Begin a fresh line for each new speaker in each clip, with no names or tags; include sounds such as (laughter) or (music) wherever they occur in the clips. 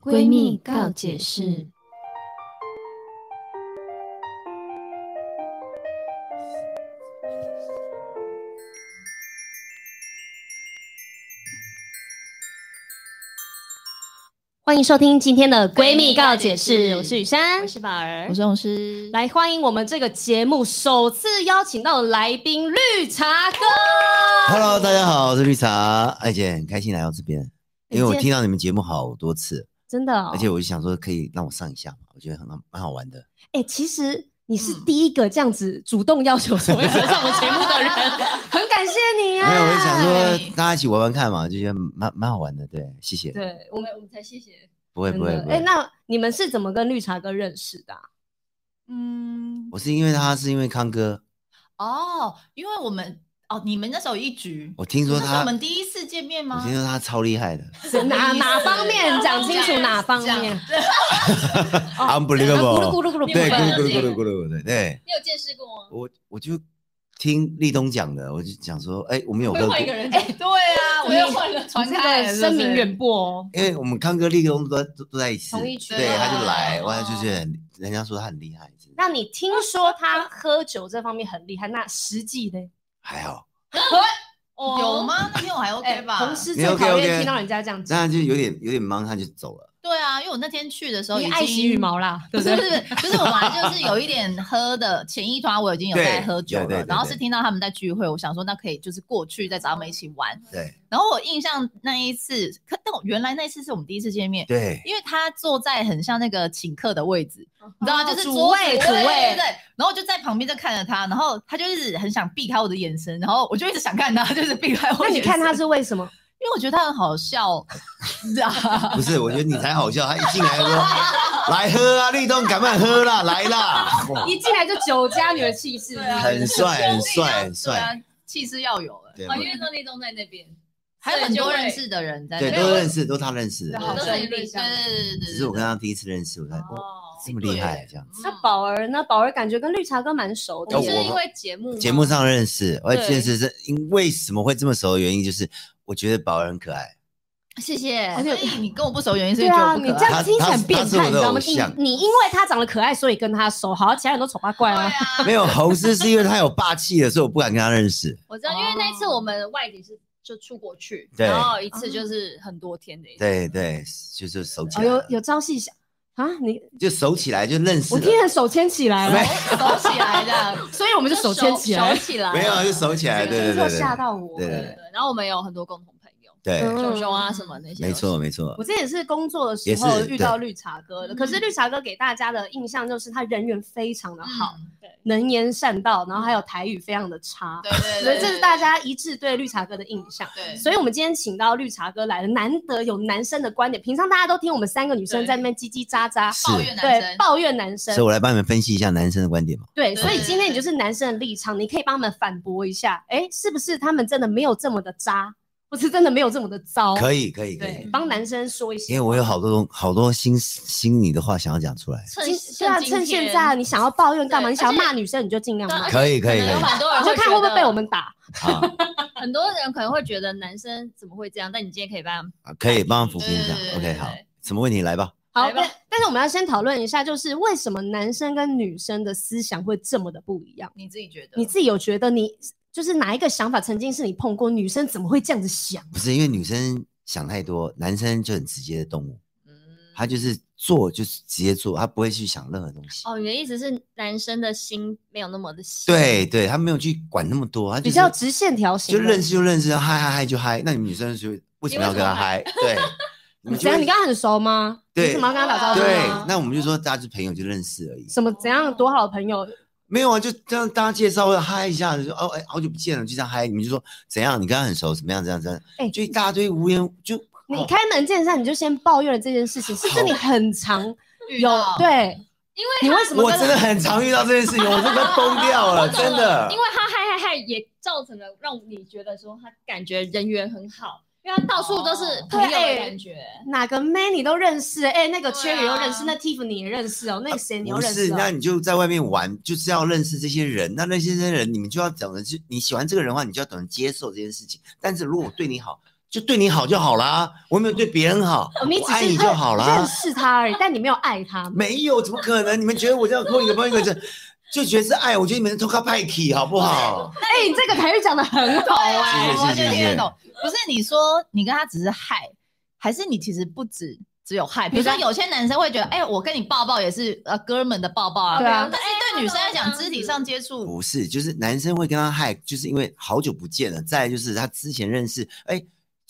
闺蜜告解释。欢迎收听今天的闺蜜告解释，我是雨珊，我是宝儿
我是红师，
来欢迎我们这个节目首次邀请到的来宾绿茶哥。
Hello，大家好，我是绿茶，艾姐，很开心来到这边，因为
你
我
今天
听到你们节目好多次，
真的、哦，
而且我就想说可以让我上一下嘛，我觉得很好蛮好玩的。
哎、其实你是第一个这样子主动要求所谓上 (laughs) 我节目的人，很感谢你
没有，我就想
啊！
说大家一起玩玩看嘛，就觉得蛮蛮好玩的。对，谢谢。
对，我们
我们才谢谢。
不会
真
不会
的
不
哎、
会。
那你们是怎么跟绿茶哥认识的啊、
嗯，
我是因为他是因为康哥，
哦，因为我们哦，你们那时候有一局，
我听说
那时候
他，
我们
我
第一次见面吗？
听说他超厉害的
是哪哪方面讲清楚哪方面？咕噜咕
，unbelievable。
噜咕噜，
对，咕噜咕噜
你有
咕
(laughs)
噜咕噜，对对，
你有见识过吗？
我我就听立冬讲的，我就讲说，哎，我
Oh
们有个，
人，哎， (laughs) 对啊，我又换了，传
这
开
个
了
声名。
是
远播哦。
因为我们康哥、立冬都在都都在一起，
同一群
对，
对
他就来，
哦
哇，就是很人家说他很厉害，真的
那你听说他喝酒这方面很厉害，那实际呢？
还好，
不是有？吗？那天我还 OK 吧？
哦哎同事最
你 OK，
讨厌
OK
听到人家这样
当
讲，
然就有点有点忙，他就走了。
对啊，因为我那天去的时候
你
已
爱
经
惜羽，毛啦，
不
对不 (laughs)
是
对
不？是，就是我本来就是有一点喝的，前一团我已经有
对
在喝酒
对对
了，
对
然后
对
是听到他们在聚会，我想说那可以就是过去再找他们一起玩，
对
然后我印象那一次，可但我原来那一次是我们第一次见面，
(laughs)
对，
因为他坐在很像那个请客的位置，你知道吗？就是
哦主
桌子
位主
对对对
位
对。然后我就在旁边在看着他，然后他就一直很想避开我的眼神，然后我就一直想看他，就是避开我
那
的
你
眼神。
看他，是为什么？
因为我觉得他很好笑，是啊，
不是，我觉得你才好笑。他一进来就说：“来喝啊，立冬，赶快喝啦，来啦！”哇
(laughs) 一进来就酒家女的气势，
对啊
很帅，很
对
(laughs)
啊
帅，很
对
帅。
啊，气势要有了。
对
哦，因为钟立东在那边，
还有很多认识的人在那
对，
边，
都认识，都他认识的。
对好
啊都
对
是
神
你
秘
认识
对对对对对，
只是我跟他第一次认识，我才哦，
哦
这么厉害，这样。
那宝儿呢？宝儿感觉跟绿茶哥蛮熟的
哦
你是
我
因为节目吗
节目上认识，我
对
认识是因为什么会这么熟的原因，就是我觉得宝儿很可爱，
谢谢。
而
所
且
以你跟我不熟，原因是
对
因为觉得
啊，
我
你
不可
这
爱。
样听起来很变态，你知道吗
他是他是我的偶？像
你你因为他长得可爱，所以跟他熟，好，其他人都丑八怪啊。
没有红丝是因为他有霸气的，所以我不敢跟他认识。
我知道，因为那一次我们外景是就出国去，
对
然后一次
嗯
就是很多天的一次。
对对，就是熟起
哦，
来
有
了，
有朝夕想啊，你
就熟起来就认识
我
了。
听人手牵起来啊了，
走起来的，
所以 (laughs) 我们就手牵起来
手。起来，
没有，就熟起哎来。对对
听
对
说
对。
吓到我
对
对
对
对对。然后我们有很多共同朋友，
对，
嗯
熊熊啊什么那些。
没错，没错
我。之前是工作的时候
也是
遇到绿茶哥的，
对
可是绿茶哥给大家的印象就是他人缘非常的好，
嗯
能言善道，然后还有台语非常的差，
对
所
对对，
以这是大家一致对绿茶哥的印象。
对，
所以，我们今天请到绿茶哥来了，难得有男生的观点。平常大家都听我们三个女生
对
在那边叽叽喳喳，
是
抱怨男
对，
生，
抱怨男
所
生
以，我来帮你们分析一下男生的观点嘛。
对，
对
所以今天你就是男生的立场，你可以帮他们反驳一下，哎，是不是他们真的没有这么的渣，或是真的没有这么的糟？
可以，可以，可
哦对
以。，
帮男生说一些。
因为我有好多种好多心心里的话想要讲出来。
趁
今对啊，趁现在啊，你想要抱怨干嘛？你想要骂女生，你就尽量骂，你
对
可以，可以，可
有
以。
很多人
就看会不会
觉得
被我们打。
好，
很多人可能会觉得男生怎么会这样，但你今天可以帮他们
可以帮他抚平一下
对对。对
OK，
对
好
对，
什么问题来吧？
好，
来吧
但但是我们要先讨论一下，就是为什么男生跟女生的思想会这么的不一样？
你自己觉得？
你自己有觉得你就是哪一个想法曾经是你碰过？女生怎么会这样子想？
不是因为女生想太多，男生就很直接的动物，
嗯
他就是做就是直接做，他不会去想任何东西。
哦，你的意思是男生的心没有那么的细？
对对，他没有去管那么多，他就
比
是
较直线条型
就
的。
认识就认识，嗨嗨嗨就嗨。那你们女生就为什么要跟他嗨？
(laughs)
对，
你
你们
怎
就
样？
会
你跟他很熟吗？
对
你怎么要跟他打招呼
对
吗？，
那我们就说大家是朋友就认识而已。
什么怎样多好的朋友？
没有啊，就这样大家介绍嗨一下，就说哦，哎，好久不见了，就这样嗨。你们就说怎样？你跟他很熟，怎么样？怎样？怎样？
哎
就一大堆无言，就哦
你开门见山你就先抱怨了这件事情，是不是你很常
遇
有
到，
对？因为你为什么
我
跟
真的很常遇到这件事情，我真的疯
(laughs)
掉了，真的
因。为他嗨嗨嗨也造成了让你觉得说他感觉人缘很好，因为他到处都
哦
是朋友的
哎
感觉。
哪个 man 你都认识？哎，那个
对啊
Cherry 又认识，那 Tiff 你也认识哦，那个谁你又
不
认
是，
识哦？
那你就在外面玩，就是要认识这些人。那那些人，你们就要懂得去，你喜欢这个人的话，你就要懂得接受这件事情。但是如果我对你好，就对你好就好啦，我没有对别人好，
你
我
只
爱
是
你就好
认认
啦。
识他而已，但你没有爱他。
(laughs) 没有，怎么可能？你们觉得我这样抠你的朋友这，就觉得是爱？我觉得你们偷看派气好不
(laughs)
好？
哎、你这个台语讲的很好哎、
谢
哎，
谢
我完
谢
全
谢
听得懂。不是你说你跟他只是嗨，还是你其实不止只有嗨？比如说有些男生会觉得，哎、我跟你抱抱也是呃哥们的抱抱啊。
对啊
但是对女生来
啊
讲，肢体上接触，
不是，就是男生会跟他嗨，就是因为好久不见了，再来就是他之前认识，哎、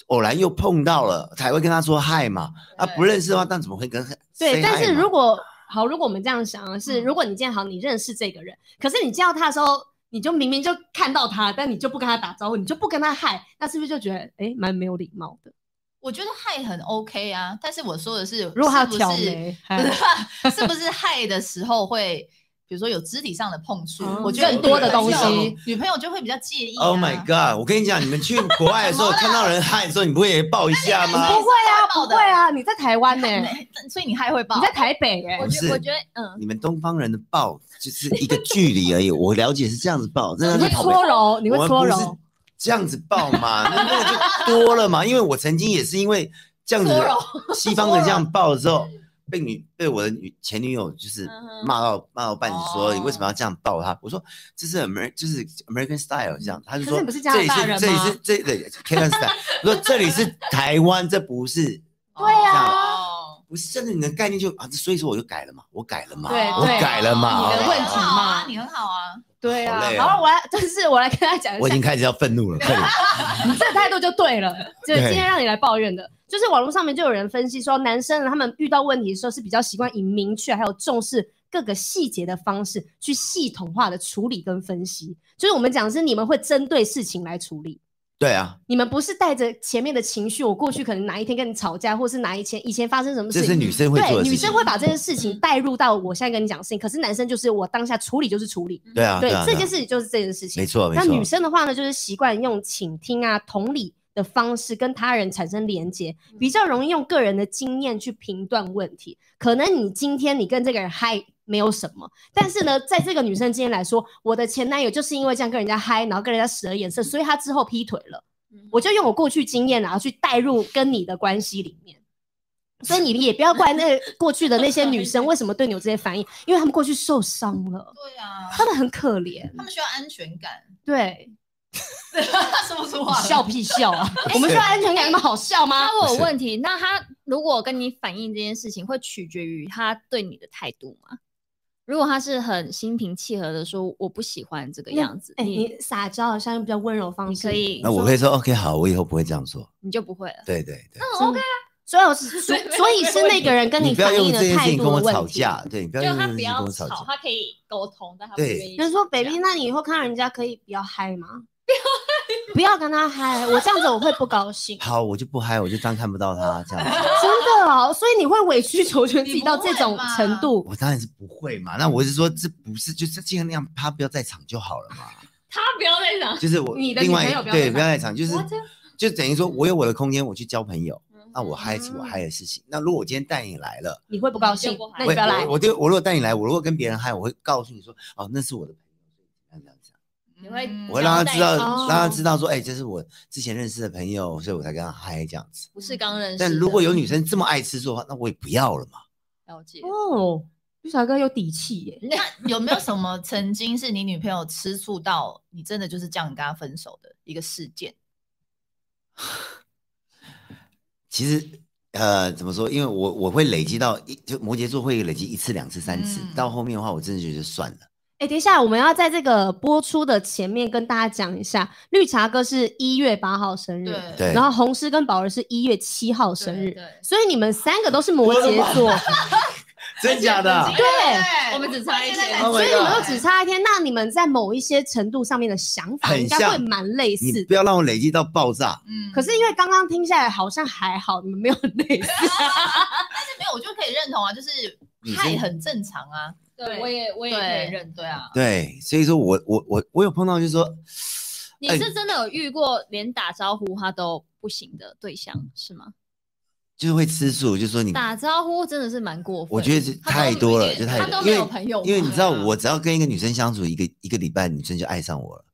偶然又碰到了，才会跟他说嗨嘛。啊，
对
不认识的话，但怎么会跟
对，
say
但
hi
是
嘛
如果好，如果我们这样想啊，是
嗯
如果你今天好，你认识这个人，可是你见到他的时候，你就明明就看到他，但你就不跟他打招呼，你就不跟他嗨，那是不是就觉得哎蛮、没有礼貌的？
我觉得嗨很 OK 啊。但是我说的是，
如果他
是不
挑
是
眉，哎
不
嗨
嗯
是 (laughs) 是不是嗨的时候会，比如说有肢体上的碰触，
哦
我觉得
更多的东西
女朋友，女朋友就会比较介意、啊。
Oh my god！我跟你讲，你们去国外
(laughs)
的时候看到人嗨的时候，你不会也抱一下吗？
不会啊，不会啊，你在台湾呢、
那所以你嗨会抱
你在台北哎、
我
不
觉
是
我觉得嗯，
你们东方人的抱就是一个距离而已，我了解是这样子抱，真
你
的
会
是跑
搓揉，你会
我
搓
们不是
揉，
这样子抱嘛，那那个就多了嘛。因为我曾经也是因为这样子
搓揉
西方人这样抱的时候，被女被我的女前女友就是
嗯哼
骂到骂到半死，说
哦
你为什么要这样抱她？我说这是 Amer 就是 American style 这样，她就
可
说
是你不是加
这里
拿大
是
人
这里
吗
是这里 Canada style，我说这里是台湾，这不是。
对啊
哦
不是真的，你的概念就啊，所以说我就改了嘛，我改了嘛，
对
我
对
改了嘛，
你的
哦
问题
很好啊
嘛
你很好啊。
对啊
好。累哦
然后我来，就是我来跟他讲一
我已
下
经，开始要愤怒了，快点。
你这个态度就对了，就是
对
今天让你来抱怨的。就是网络上面就有人分析说，男生他们遇到问题的时候是比较习惯以明确还有重视各个细节的方式去系统化的处理跟分析。就是我们讲的是你们会针对事情来处理，
对啊，
你们不是带着前面的情绪，我过去可能哪一天跟你吵架，或是哪一天以前发生什么事
这是
情。
女生会做
对，
的
女
事情
生。会把这件事情带入到我现在跟你讲的事情，可是男生就是我当下处理就是处理，
对啊，
对
啊，
这
对啊
件事情就是这件事情
没。错没
那女
错。
生的话呢，就是习惯用倾听啊、同理的方式跟他人产生连接，比较容易用个人的经验去评断问题。可能你今天你跟这个人嗨没有什么，但是呢，在这个女生今天来说，我的前男友就是因为这样跟人家嗨，然后跟人家使了眼色，所以他之后劈腿了。我就用我过去经验，然后去带入跟你的关系里 (laughs) 面。所以你也不要怪 (laughs) 那过去的那些女生为什么对你有这些反应，因为他们过去受伤了，
对啊，
他们很可怜。
他们需要安全感， (laughs)
对，
说不出话来。
笑屁笑 (laughs) 啊！我们说安全感，你们好笑吗？
那我有
不是
问题，那他如果跟你反映这件事情，会取决于他对你的态度吗？如果他是很心平气和的说我不喜欢这个样子，
哎，
你
你撒娇好像用比较温柔的方
你
式，
可以
那，我会说 OK 好，我以后不会这样做。
你就不会了。
对对对，
真的。所以我是所所以是那个人跟
你不要
反
用
应
这件
的
事
态
情
度
跟我
的问
吵
题。啊
架，对，你不要
就
用这
他
件
不
事情
要
跟我吵
吵，
架。
他可以沟通，但他不
对，
愿意。
就是说，baby，那你以后看到人家可以不要嗨吗？ (laughs) 不要跟他嗨，我这样子我会不高兴
好，我就不嗨，我就当看不到他这
(laughs)
样子。
真的哦。所以你会委曲求全自己
你不
到这种
会吧
程度，
我当然是不会嘛。那我是说，这不是就是尽量让他不要在场就好了嘛。
他不要再讲。
就是我
(laughs) 你的
另
女
外
朋友不要
对
在
不要在场，就是
我这
就等于说我有我的空间，我去交朋友。那我嗨是我
嗯
嗨的事情。那如果我今天带你来了。
你会不高兴
你就不，嗨
那
我
你不要来
我。我对我如果带你来，我如果跟别人嗨，我会告诉你说，哦，那是我的朋友，所以怎么样怎么样。
你会
嗯
我会让他知道，
交代
哦
让他知道说，哎、这是我之前认识的朋友，所以我才跟他嗨这样子。
不是刚认识的。
但如果有女生这么爱吃醋的话，那我也不要了嘛。
了解，
哦，玉小哥有底气耶。
(laughs) 有没有什么曾经是你女朋友吃醋到你真的就是这样跟她分手的一个事件？
其实，呃，怎么说？因为我我会累积到一，就摩羯座会累积一次、两次、三次，
嗯
到后面的话，我真的觉得算了。
哎、等一下，我们要在这个播出的前面跟大家讲一下，绿茶哥是一月八号生日，
对
对
然后红师跟宝儿是一月七号生日，
对，
所以你们三个都是摩羯座，
真假的？
我们只差一天
天，
Oh
所
my
以你们
god
又只差一天。那你们在某一些程度上面的想法
很
应该会
像
蛮类似
你
的。
不要让我累积到爆炸。
嗯
可是因为刚刚听下来好像还好，你们没有类似。
没有，我就可以认同啊，就是
女
嗨
生
很正常啊，
对，我也我也可以认。
对啊，
对，所以说我我我我有碰到，就是说，
你
哎
是真的有遇过连打招呼他都不行的对象是吗？
就是会吃醋，就说你
(laughs) 打招呼真的是蛮过分，
我觉得是太多了，就太
他都
多，
没
因
有
为
朋友嘛，
因为你知道，
啊
我只要跟一个女生相处一个一个礼拜，女生就爱上我了。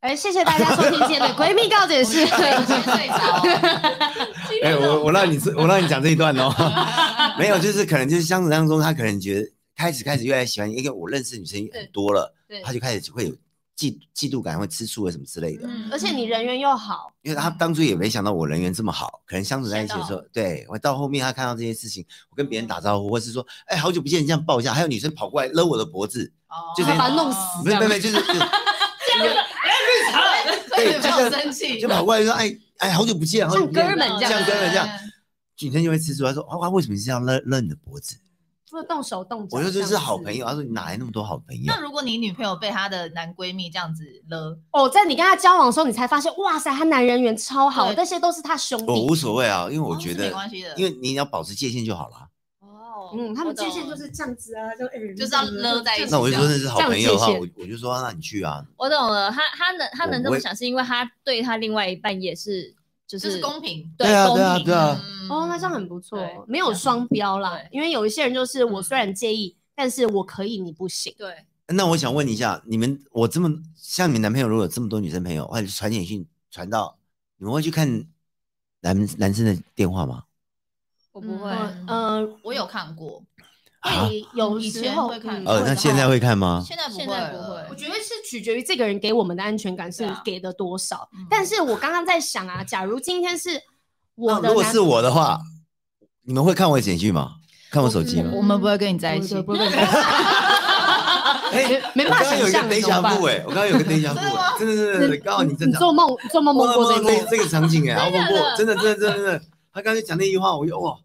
哎、哎，谢谢大家收听今天的闺蜜告解室。
(laughs)
睡
(laughs)
着。
哎、我我让你这我让你讲这一段哦， (laughs) 没有，就是可能就是相处当中，他可能觉得开始开始越来越喜欢你，因为我认识的女生很多了
对对，
他就开始会有嫉嫉妒感，会吃醋啊什么之类的。
嗯
而且你人缘又好，
因为他当初也没想到我人缘这么好，可能相处在一起的时
吓
候，对我到后面他看到这些事情，我跟别人打招呼，或是说，哎、好久不见，你这样抱一下，还有女生跑过来勒我的脖子，
哦
就是
把他弄死
没没没，就是就是
对，
对
没
就
有
是
生气，
就跑过来说，哎哎，好久不见，好久不见，
像哥们这样
像哥们这样，
对
女生就会吃醋，她说，哇、啊，为什么是这样勒勒你的脖子？
就动手动脚。
我就说
这样
是
子
好朋友，她啊说你哪来那么多好朋友
那？如果你女朋友被她的男闺蜜这样子勒，
哦，在你跟他交往的时候，你才发现，哇塞，他男人缘超好，
对
那些都是他兄
我
弟。
无所谓啊，因为我
哦
觉
是
得
没，关系的，
因为你要保持界限就好了。
哦
嗯，他们界限
是。我懂
就是这样子啊，就哎
就是要勒在一起
那我就说
这
那是好朋友的话，
这样
我我就说那你去啊，
我懂了，他他能他
我
能这
我
么
也
想，是因为他对他另外一半也是，就
就是是公平。
对
对啊
公
对啊
平
对啊，
嗯
哦，那这样很不错
对，
没有双标啦
对。
因为有一些人就是我
嗯
虽然介意，但是我可以，你不行。
对，
那我想问一下，你们我这么像你们男朋友，如果有这么多女生朋友，或者传简讯传到，你们会去看男男生的电话吗？
我
不
不
会
会，
嗯
呃，
我有看过，
啊
会有
以
时
前
候
会看
嗯
呃
哦，那现在会看吗？
现在不会
现在不
了，
会
我觉得是取决于这个人给我们的安全感是
对啊
给的多少
嗯。
但是我刚刚在想
(laughs)
啊，假如今天是我
那
的男，
哦如果是我的话，你们会看我的简讯吗？看我手机吗
嗯？
我们不会跟你在一起
对，不会没没办
哎我刚
法
刚有
想象
一个等
怎
一下
么办
步？哎，我刚刚有个等一下步，哎真的真的真的，刚好你正
你
常。
做梦做梦梦过这一幕，
这这个场景哎，好恐怖
真的假！的
真的真的真的真的，他刚才讲那句话，我就哇，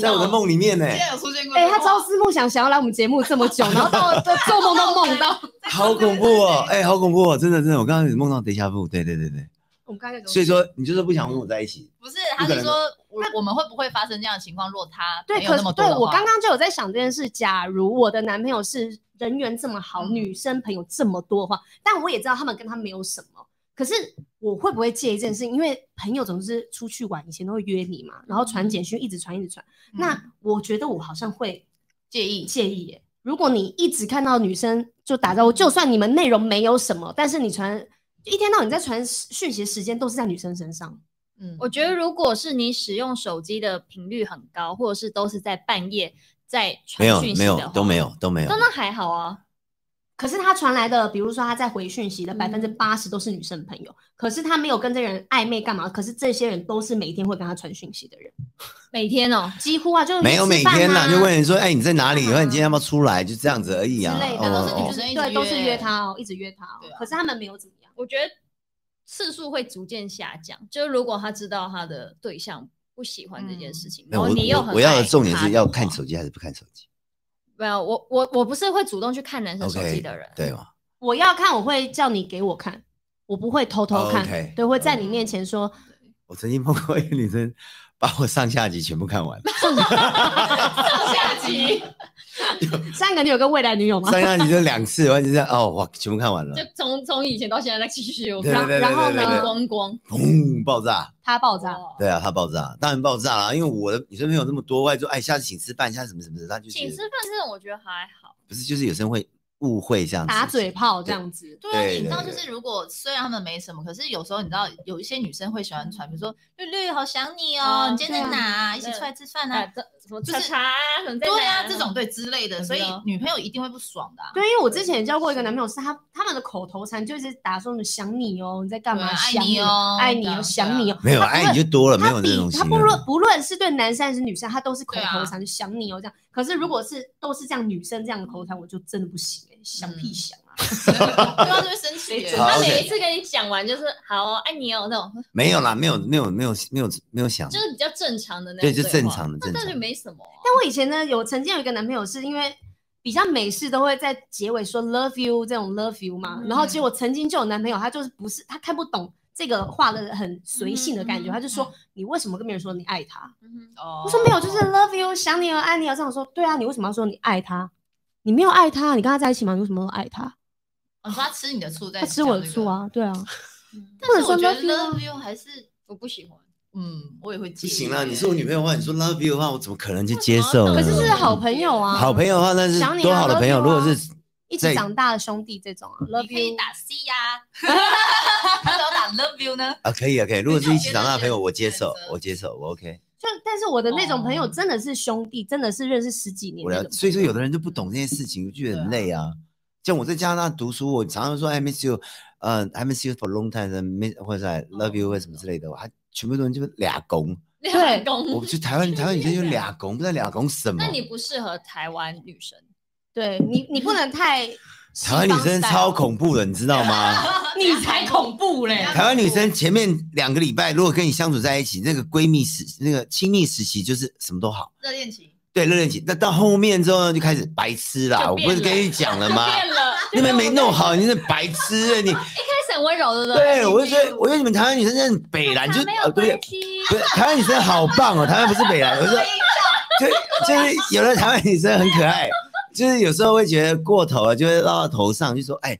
在我的梦里面呢，欸
现在有出现过。
哎、他朝思暮想想要来我们节目这么久，然后到到做梦都梦
(laughs)
到。
(laughs)
好恐怖哦！哎，好恐怖哦！真的真的，我刚刚有梦到等一下步，对对对对。
我们刚才在讲
所以说你就是不想跟我在一起，
不是，他是说我我们会不会发生这样的情况？如果他
对，
没有
可
那么
是
多
对
的话
我刚刚就有在想这件事。假如我的男朋友是人缘这么好，
嗯
女生朋友这么多的话，但我也知道他们跟他没有什么。可是我会不会介意这件事情？因为朋友总是出去玩，以前都会约你嘛，然后传简讯一直传一直传。
嗯
那我觉得我好像会
介意，
介意耶。如果你一直看到女生就打招呼，就算你们内容没有什么，但是你传一天到晚你在传讯息，时间都是在女生身上。
嗯，
我觉得如果是你使用手机的频率很高，或者是都是在半夜在
没
传
有
讯息
没
的
有
话
都没，有都没有
那。那还好啊，
可是他传来的，比如说他在回讯息的百分之
嗯
八十都是女生朋友，可是他没有跟这个人暧昧干嘛？可是这些人都是每天会跟他传讯息的人，
每天哦，
几乎啊，就是
没有
吃
每
饭
天呐，
啊
就问你说，哎，你在哪里？
干嘛
或者你今天要不要出来？就这样子而已啊
之。类的，
哦
都是
哦
女
哦
生一直约，
对
对，
都
都
是
是
约
约他哦，一直约他哦
对啊。
可是他们没有怎么样，
我觉得次数会逐渐下降。就是如果他知道他的对象不喜欢这件事情，
没
然
有
后哦你又
我
很
我我要
爱
的重点
他
是要
话
看手机还是不看手机
没有，我我我不是会主动去看男生手机
？OK，
的人，
对吗？
我要看我会叫你给我看，我不会偷偷看
哦 OK，
对，会在你面前说
我曾经碰过一个女生，把我上下集全部看完，
嗯
(laughs)
上下
(laughs)
集
三个你有跟未来女友吗？
上下集就两次，完就这样哦，哇，全部看完了
就，从从以前到现在在继续我
对
然后
对对
然后
对对
呢
对
光
对
光光，
砰爆炸！
他爆炸，
哦
对啊，他爆炸，当然爆炸了，因为我的女生朋友那么多，外就哎，下次请吃饭，下次什么什么的，他就
请吃
是
饭这种我觉得还好，
不是就是有时候会误会这样子，
打嘴炮这样子。
对啊，
对
你知道，
对
就
对
是如果虽然他们没什么，可是有时候你知道有一些女生会喜欢传，比如说绿绿好想你哦，
哦
你今天在哪啊？一
对
起出来吃饭
那
哎
啊？
哎这什么
就是
茶茶啊，什么在
对
哪
啊，这种对之类的，
我
所以
知道
女朋友一定会不爽的啊。
啊对，因为我之前也交过一个男朋友，是他他们的口头禅就是打说你想你哦，你在干
对
嘛？
啊爱
想
你哦
爱你
这
哦，
样
想你哦。
没有
他不
爱
论
你就多了，没有
他
这种
比
西
他
了。
不论不论是对男生还是女生，他都是口
对啊
头禅，就想你哦这样。可是如果是都是这样女生这样的口头禅，我就真的不行哎，想
嗯
屁想啊！
对啊，就会生气耶。
好
他
OK
每一次跟你讲完就是好哦爱你哦那种，
没有啦，没有没有没有没有没有想
就，是比较正常的那种
对，
对
就
话，
正常的正
那那
常
就
的。
没什么啊。
但我以前呢，有曾经有一个男朋友，是因为比较美式都会在结尾说 love you 这种 love you 嘛，
嗯
然后结果曾经就有男朋友，他就是不是他看不懂这个话的很随性的感觉，
嗯
他就说你为什么跟别人说你爱他？
嗯哼
哦
我说没有，就是 love you 想你哦，爱你哦这样说。对啊，你为什么要说你爱他？你没有爱他，你跟他在一起吗？你为什么要爱他？
哦你说他吃你的醋在
他吃我的醋
讲
啊，对啊，
嗯
这个，
或
但是我
者
觉
说
得
love 啊
love you 还是
我不喜欢，
嗯，我也会
不
介意
行啦，你是我女朋友的话，你说 love you 的话，我怎么可能去接
为什么
受
要
呢？
呃
可
懂
是是好朋友啊，
好朋友的话，那是
想你啊
多好的朋友。
，love
如
you 啊
果是
一起
在
长大的兄弟这种啊，love
你可以
you。
打 C
(laughs)
呀，他怎么打 Love you 呢？
啊，可以啊，可以。如果是一起长大的朋友，我接受
选，择
我接受，我 OK。
就但是我的那种朋友
哦
真的是兄弟，真的是认识十几年
我
那
了
种。，
所以说有的人就不懂这件事情，就觉得很累啊。像我在加拿大读书，我常常说 I miss you，呃、i miss you for a long time，and miss 或
嗯
者是 I love you 或者什么之类的，我还全部都人就是俩
(laughs)
拱。
对
我去台湾，台湾女生就俩拱，不知道俩拱什么
那。你不适合台湾女生，
对你，你不能太
(laughs) 台湾女生超恐怖的，你知道吗？
西方 style，你才恐怖嘞！
台湾女生前面两个礼拜如果跟你相处在一起，那个闺蜜时那个亲密时期就是什么都好，
热恋期，
对热恋期。那到后面之后呢，就开始白痴啦！
就
我
变
不是跟你讲了吗？
了，
你们没弄好，你是白痴啊你！
开始很温柔的，
对，我就觉得，我觉得你们台湾女生真的很北蓝，就
没
呃
有
对
关系，
不对，台湾女生好棒哦，台湾不是北蓝，我说就就是有的台湾女生很可爱，就是有时候会觉得过头了，就会绕到头上，就说哎，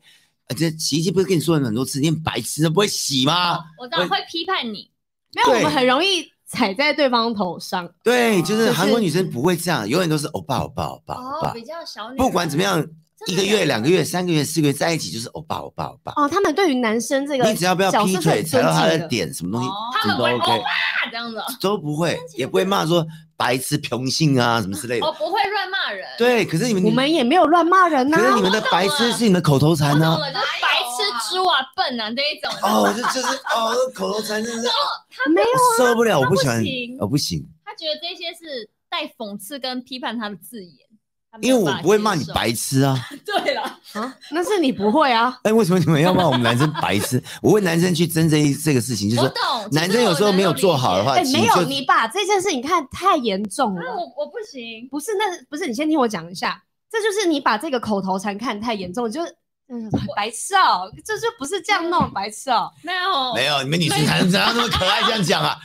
呃这洗衣机不是跟你说了很多次，你很白痴，不会洗吗？
我知道会批判你，
没有，
对
我们很容易踩在对方头上。
对，就
就
是
是
韩国女生不会这样，永远都是欧巴欧巴欧巴欧
哦，
巴
比，较小女，
不管怎么，样，一
真的
个月、
有
两个月、三个月、四个月在一起就是欧巴欧巴欧巴，
哦，他们对于男生这个，
你只要不要劈腿，踩到她的，点，什么东西
哦
他
什
们不
么都
会
OK。
骂这样的，哦
都不会，也不会骂说白痴、雄性啊什么之类
哦，
的。
不会乱骂人，，
对，可是你们，
我们啊也没有乱骂人
可是
呐
你。们的白痴是你们的口头
我
禅
懂
呢。
了，就是白痴、猪啊、笨啊这一种，
哦，这就是哦，这口头禅真是
没有，
我受不了，我不喜欢
哦
哦
不行，
我不行，
他觉得这些是带讽刺跟批判他的字眼，他没
因
有
为我
办法
不会骂你
接受。
白痴啊。
对了，
啊那是你不会啊。
哎，为什么你们要骂我们男生白痴？我问男生去争这一这个事情，就是
我
说
懂，
男生有时候没有做好的话，
哎，
啊请
没有，
就
你把这件事情看太严重
其实我能够理解，啊，
了。
我我不行，
不是，那不是你先听我讲一下，这就是你把这个口头禅看太严重，你就嗯，白痴哦，这就不是这样弄，白痴
(laughs)
哦。
没有
没有，你们女生才怎样那么可爱这样讲啊？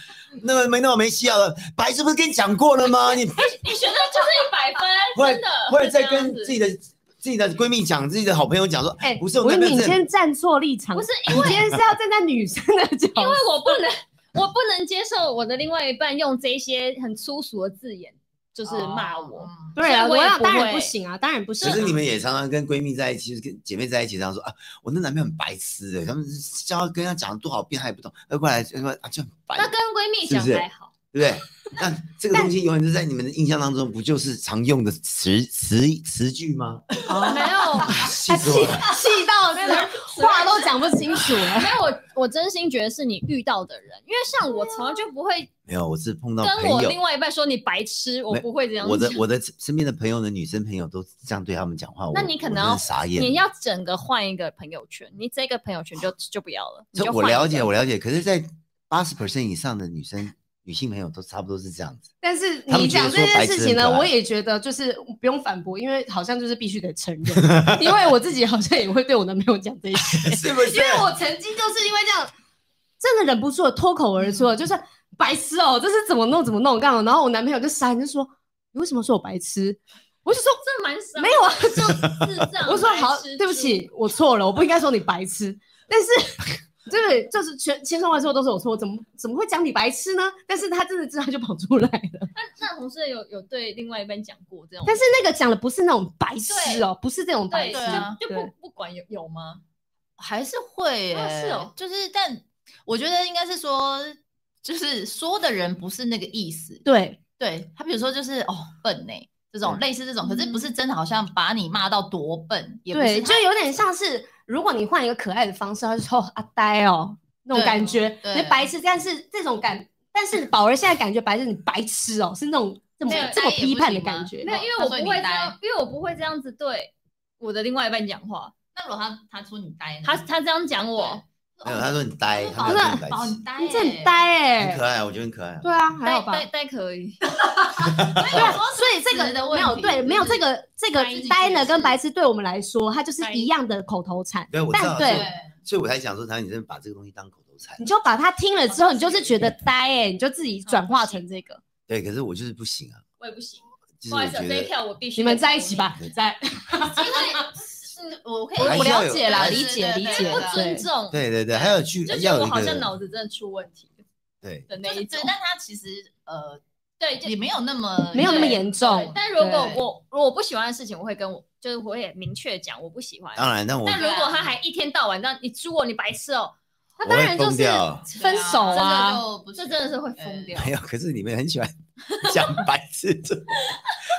那么没那么没笑了，白痴不是跟你讲过了吗？你
你学的就是一百分，
会
真的
(laughs) 或
会
者
这
再
样
跟
子
自己的自己的闺蜜讲，自己的好朋友讲说，哎、
哎，
不是我
我
那
跟
个
你你
是
今天站错立场，
不是
你今天是要站在女生的角
因为
度。
我不能，我不能接受我的另外一半用这些很粗俗的字眼，就是骂我。
哦。嗯
对啊，
所以我也
想
不
当然
会
不行啊，当然不行
可
啊。
是你们也常常跟闺蜜在一起，就是跟姐妹在一起，常常说啊，我那男朋友很白痴欸的、他们教跟他讲了多少遍，他也不懂，要过来就说啊，就很白，
那跟闺蜜讲还好，
对不对？那这个东西永远是在你们的印象当中，不就是常用的词词词
(laughs)
句吗？
没有，
(laughs) 气死我了！
气到
没有 (laughs)
话都讲不清楚了。
没有。我我真心觉得是你遇到的人，因为像我从来就不会
没有，我是碰到
跟
哦朋
我
友，
另外一半说你白痴，我
没
不会这样
我的
讲。
我的身边的朋友的女生朋友都这样对他们讲话，
那
我
你可
我
能
真
要
的傻眼，
你要整个换一个朋友圈，你这个朋友圈就就不要了。你
这
就
我
换一个
了解，我了解。可是，在八十 percent 以上的女生、女性朋友都差不多是这样子。
但是
他
你
们觉
讲
得
这
说白
件
痴
事情呢，
很可爱
我也觉得就是不用反驳，因为好像就是必须得承认，因为我自己好像也会对我男朋友讲这些，
(laughs) 是不是
因为我曾经就是因为这样，真的忍不住了脱口而出了，就是白痴哦、这是怎么弄怎么弄干嘛？然后我男朋友就傻眼，就说你为什么说我白痴？我
(laughs)
就说
这蛮伤
没有啊
的就智障 (laughs)
我就说好
白痴，
对不起，我错了，我不应该说你白痴，但
(laughs)
是。就是就是全千算万错都是我错，我怎么怎么会讲你白痴呢？但是他真的知道他就跑出来了。
那同事有有对另外一半讲过这种，
但是那个讲的不是那种白痴哦、不是这种白
对
痴
对，啊
就就
对
不不管有有吗？
还是会、
啊
欸，
是哦
就是但我觉得应该是说，就是说的人不是那个意思，
对
对他比如说就是哦笨呢、这种
嗯
类似这种，可是不是真的好像把你骂到多笨，也不
对，
是
就
他
有点像是如果你换一个可爱的方式，他就说哦阿呆哦、那种
对
感觉，
对
你白痴，但是这种感，但是宝儿现在感觉白痴，你白痴哦、是那种这么
没有
这么
呆也
批
不
判的
行吗
感觉，
没有，因为
他
我
说
不
你
会这
呆
样，因为我不会这样子对我的另外一半讲话。
那如果他他说你呆呢，
他他这样讲我，
没
哦
有，他说你呆，他
宝
没有说
真
你白
宝
痴
你，呆、欸，
你这很呆哎、
很可爱，我觉得很可爱啊。
对啊，还
呆
好吧。
呆呆可以，
对啊，所以这
词的
个
问
没有
题
对，没有
就是
这个这个
翻译
呆
这
呢
件
跟
事
白痴对我们来说，它就是
翻译
一样的口头禅。
对，我知
但
道，
对
所以所以我才想说，他女生把这个东西当口头禅
你。就把它听了之后，你就是觉得呆哎、你就自己转化成这个。
对，可是我就是不行啊，
我也不行。
就
不
是
好意
我
思，
觉
这一
得
票我必须。
你们在一起，吧，在。
是我可以
还
我
是要
了
有
解啦，
还是
理解理
因
解
为不
啦
对
尊重，
对对对，还有去
就觉
要
得
有
我
一
好像
个
脑子真的出问题
对，
的
就
那
是
一
对
种，。
但他其实呃，
对，就
也没有那么
没有那么
对
严重
对但如果
对
我如果我不喜欢的事情，我会跟我就是我也明确讲我不喜欢。
当然，但啊我
但如果他还一天到晚让你猪我，你白痴哦，
那
我
当
会
然就
疯
是
掉
分手啊，
这真的是会疯掉。
没有，可是你们很喜欢讲白痴 (laughs) 这种，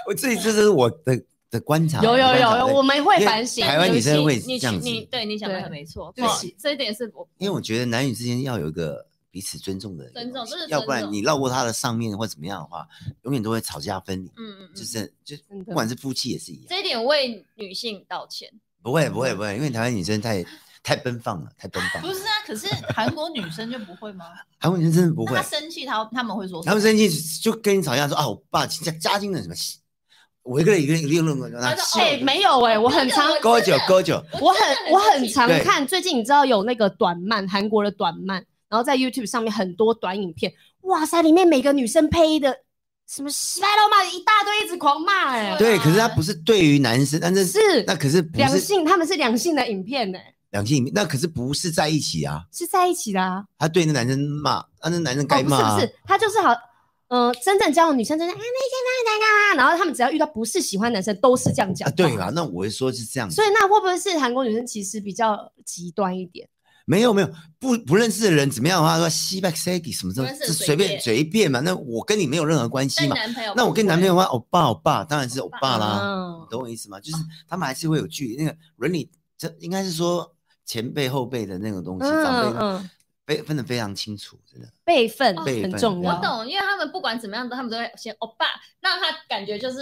我自己这是我的的观察。
有有
观
有
察
有，
对
我们会
因为
反省。
台湾
有一
女生
些
会
你
这样
去
子
你对你想的
对
很没错，
对
不
是
这一点是我
因为我觉得男女之间要有一个彼此尊重的一个
尊重
东西
这是
要不
尊
然
重
你绕过他的上面或怎么样的话，永远都会吵架分离。
嗯嗯，嗯
就是就
真的
不管是夫妻也是一样，
这一点为女性道歉。
不会不会不会，因为台湾女生太太奔放了，太奔放
(laughs) 不
了。
是啊，可是韩国女生就不会吗？
韩国女生真的 (laughs) 不会
她，生气，她他们会说什么
他们生气就就跟你吵架说啊，我爸家家境的什么，我一个人一个人一个人论
他
那
说
是
哎、没有哎、我很
真的
常
我
勾酒勾酒，
我很我很常
对
看，最近你知道有那个短漫，韩国的短漫，然后在 YouTube 上面很多短影片，哇塞，里面每个女生配的什么西班牙骂一大堆，一直狂骂哎、
对
对，
啊
可是他不是对于男生，但是
是
那可是不
两
是
性，他们是两性的影片哎、
两性，那可是不是在一起啊，
是在一起的啊，
他对那男生骂，那那男生
哦
该
不是
骂
不
啊，
是，他就是好。呃，真正交往女生就是啊，那些那那那，然后他们只要遇到不是喜欢男生，都是这样讲、
啊对啊，，那我会说是这样子，
所以那会不会是韩国女生其实比较极端一点？
没有没有，不不认识的人怎么样的话，说西拜 s e g 什么什么，
不认识
这
随
随便
便
随便嘛。那我跟你没有任何关系
但
嘛。
男朋友不会，
那我跟男朋友的话，欧巴欧巴当然是欧巴啦，
嗯
懂我意思吗？就是他们还是会有距离，那个伦理，这应该是说前辈后辈的那种东西，长辈
嗯，哎
分分得非常清楚，真的。
辈分
辈
很
分
重
我
要。
懂，因为他们不管怎么样，他们都会先欧巴，让他感觉就是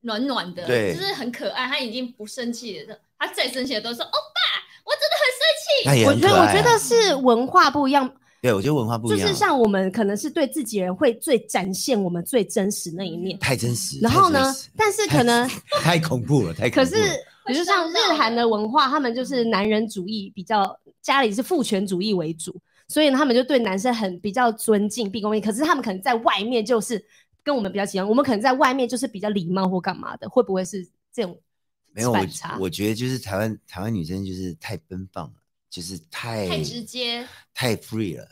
暖暖的，
对
就是很可爱。他已经不生气了，他再生气的都说欧哦巴，我真的
那
很生气。
也
我
很
觉
可
得，我
爱
觉得
啊。
是文化不一样，
对，我觉得文化不
就
一样
是
啊，
像我们可能是对自己人会最展现我们最真实那一面，
太真实。
然
太
后
真
呢
嗯实，
但是可能，
(laughs) 太恐怖了，太恐
可
怖
是
了。
比如
会
像
伤
日
到
韩
人
的文化，他们
嗯
就是男人主义比较，家里是父权主义为主，所以呢，他们就对男生很比较尊敬、毕恭毕敬。可是他们可能在外面就是跟我们比较喜欢，我们可能在外面就是比较礼貌或干嘛的，会不会是这种
没有我
反差？，
我觉得就是台湾台湾女生就是太奔放了，就是太
太直接，
太 free 了。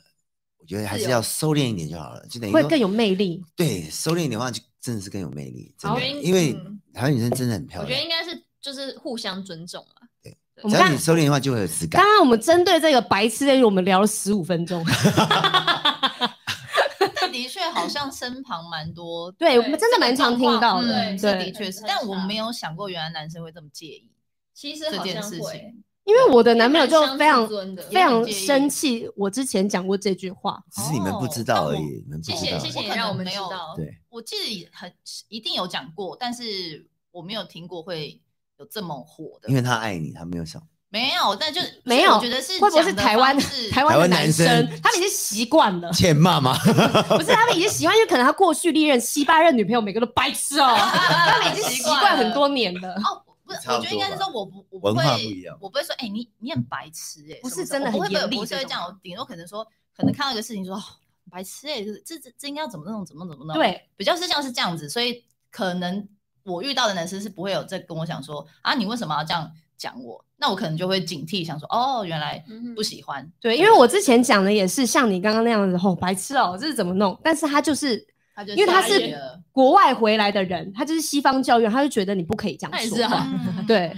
我觉得还
自
是
由
要收敛一点就好了，就等于
会
说
更有魅力。
对，收敛一点的话，就真的是更有魅力。真
好
的，
因
因为
嗯
台湾女生真的很漂
我觉得
亮
应，该是就是互相尊重啊嘛。
我
只
们
要
刚
你收敛的话，就会有质感
刚。刚我们针对这个白痴的，我们聊了十五分
(laughs)
钟。
但的确好像身旁蛮多，
对，我
对
们真的蛮常听到的，
嗯
嗯
是
对
的确是，
很
但我
差
没有想过原来男生会这么介意
其实
这
好
件
像
事
会，
情。
因为我的男朋友就
蛮伤
非常
自尊的
非常
也很介意
生气，我之前讲过这句话，
只是你们不知
哦
道
那
而
我
已，你们不
谢
知道
谢
而
谢
已。
谢，
我
你
可
让我
能
们
没
知
有
道。
对，
我记得也很一定有讲过，但是我没有听过会有这么火的
因。为他爱你，他没
(laughs)
有想。
没有，但就
没
所以
有
我觉得是
会不会是
讲的
台湾
方式
台湾
台
的
湾
男
男生，
他们已经习惯了
(laughs) 欠骂吗？
不是他们已经习惯，因为可能他过去历任七八任女朋友每个都白痴哦，他
(laughs)
们已经习惯很多年了。
哦，不是，
差
我
不
觉得应
多
该是
吧
说我不我
文
会
化不一样
我不会说哎、你你很白痴哎、
不
什
是
么什
真
么
的
我不
很
会不会
严厉
我是
这
会
种
这样，我顶多可能说可能看到一个事情说、哦、白痴哎、这这这这应该要怎么弄怎么弄怎么弄，，
对，
比较是像是这样子，所以可能我遇到的男生是不会有在跟我讲说啊你为什么要这样讲我，那我可能就会警惕，想说哦原来
嗯
不喜欢，
对，因为我之前讲的也是像你刚刚那样子，哦，白痴哦，这是怎么弄？但是他就是
他就
因为他
下
是
意了
国外回来的人，他就是西方教育，他就哦觉得你不可以这样
他也是
说话
啊。
嗯
对，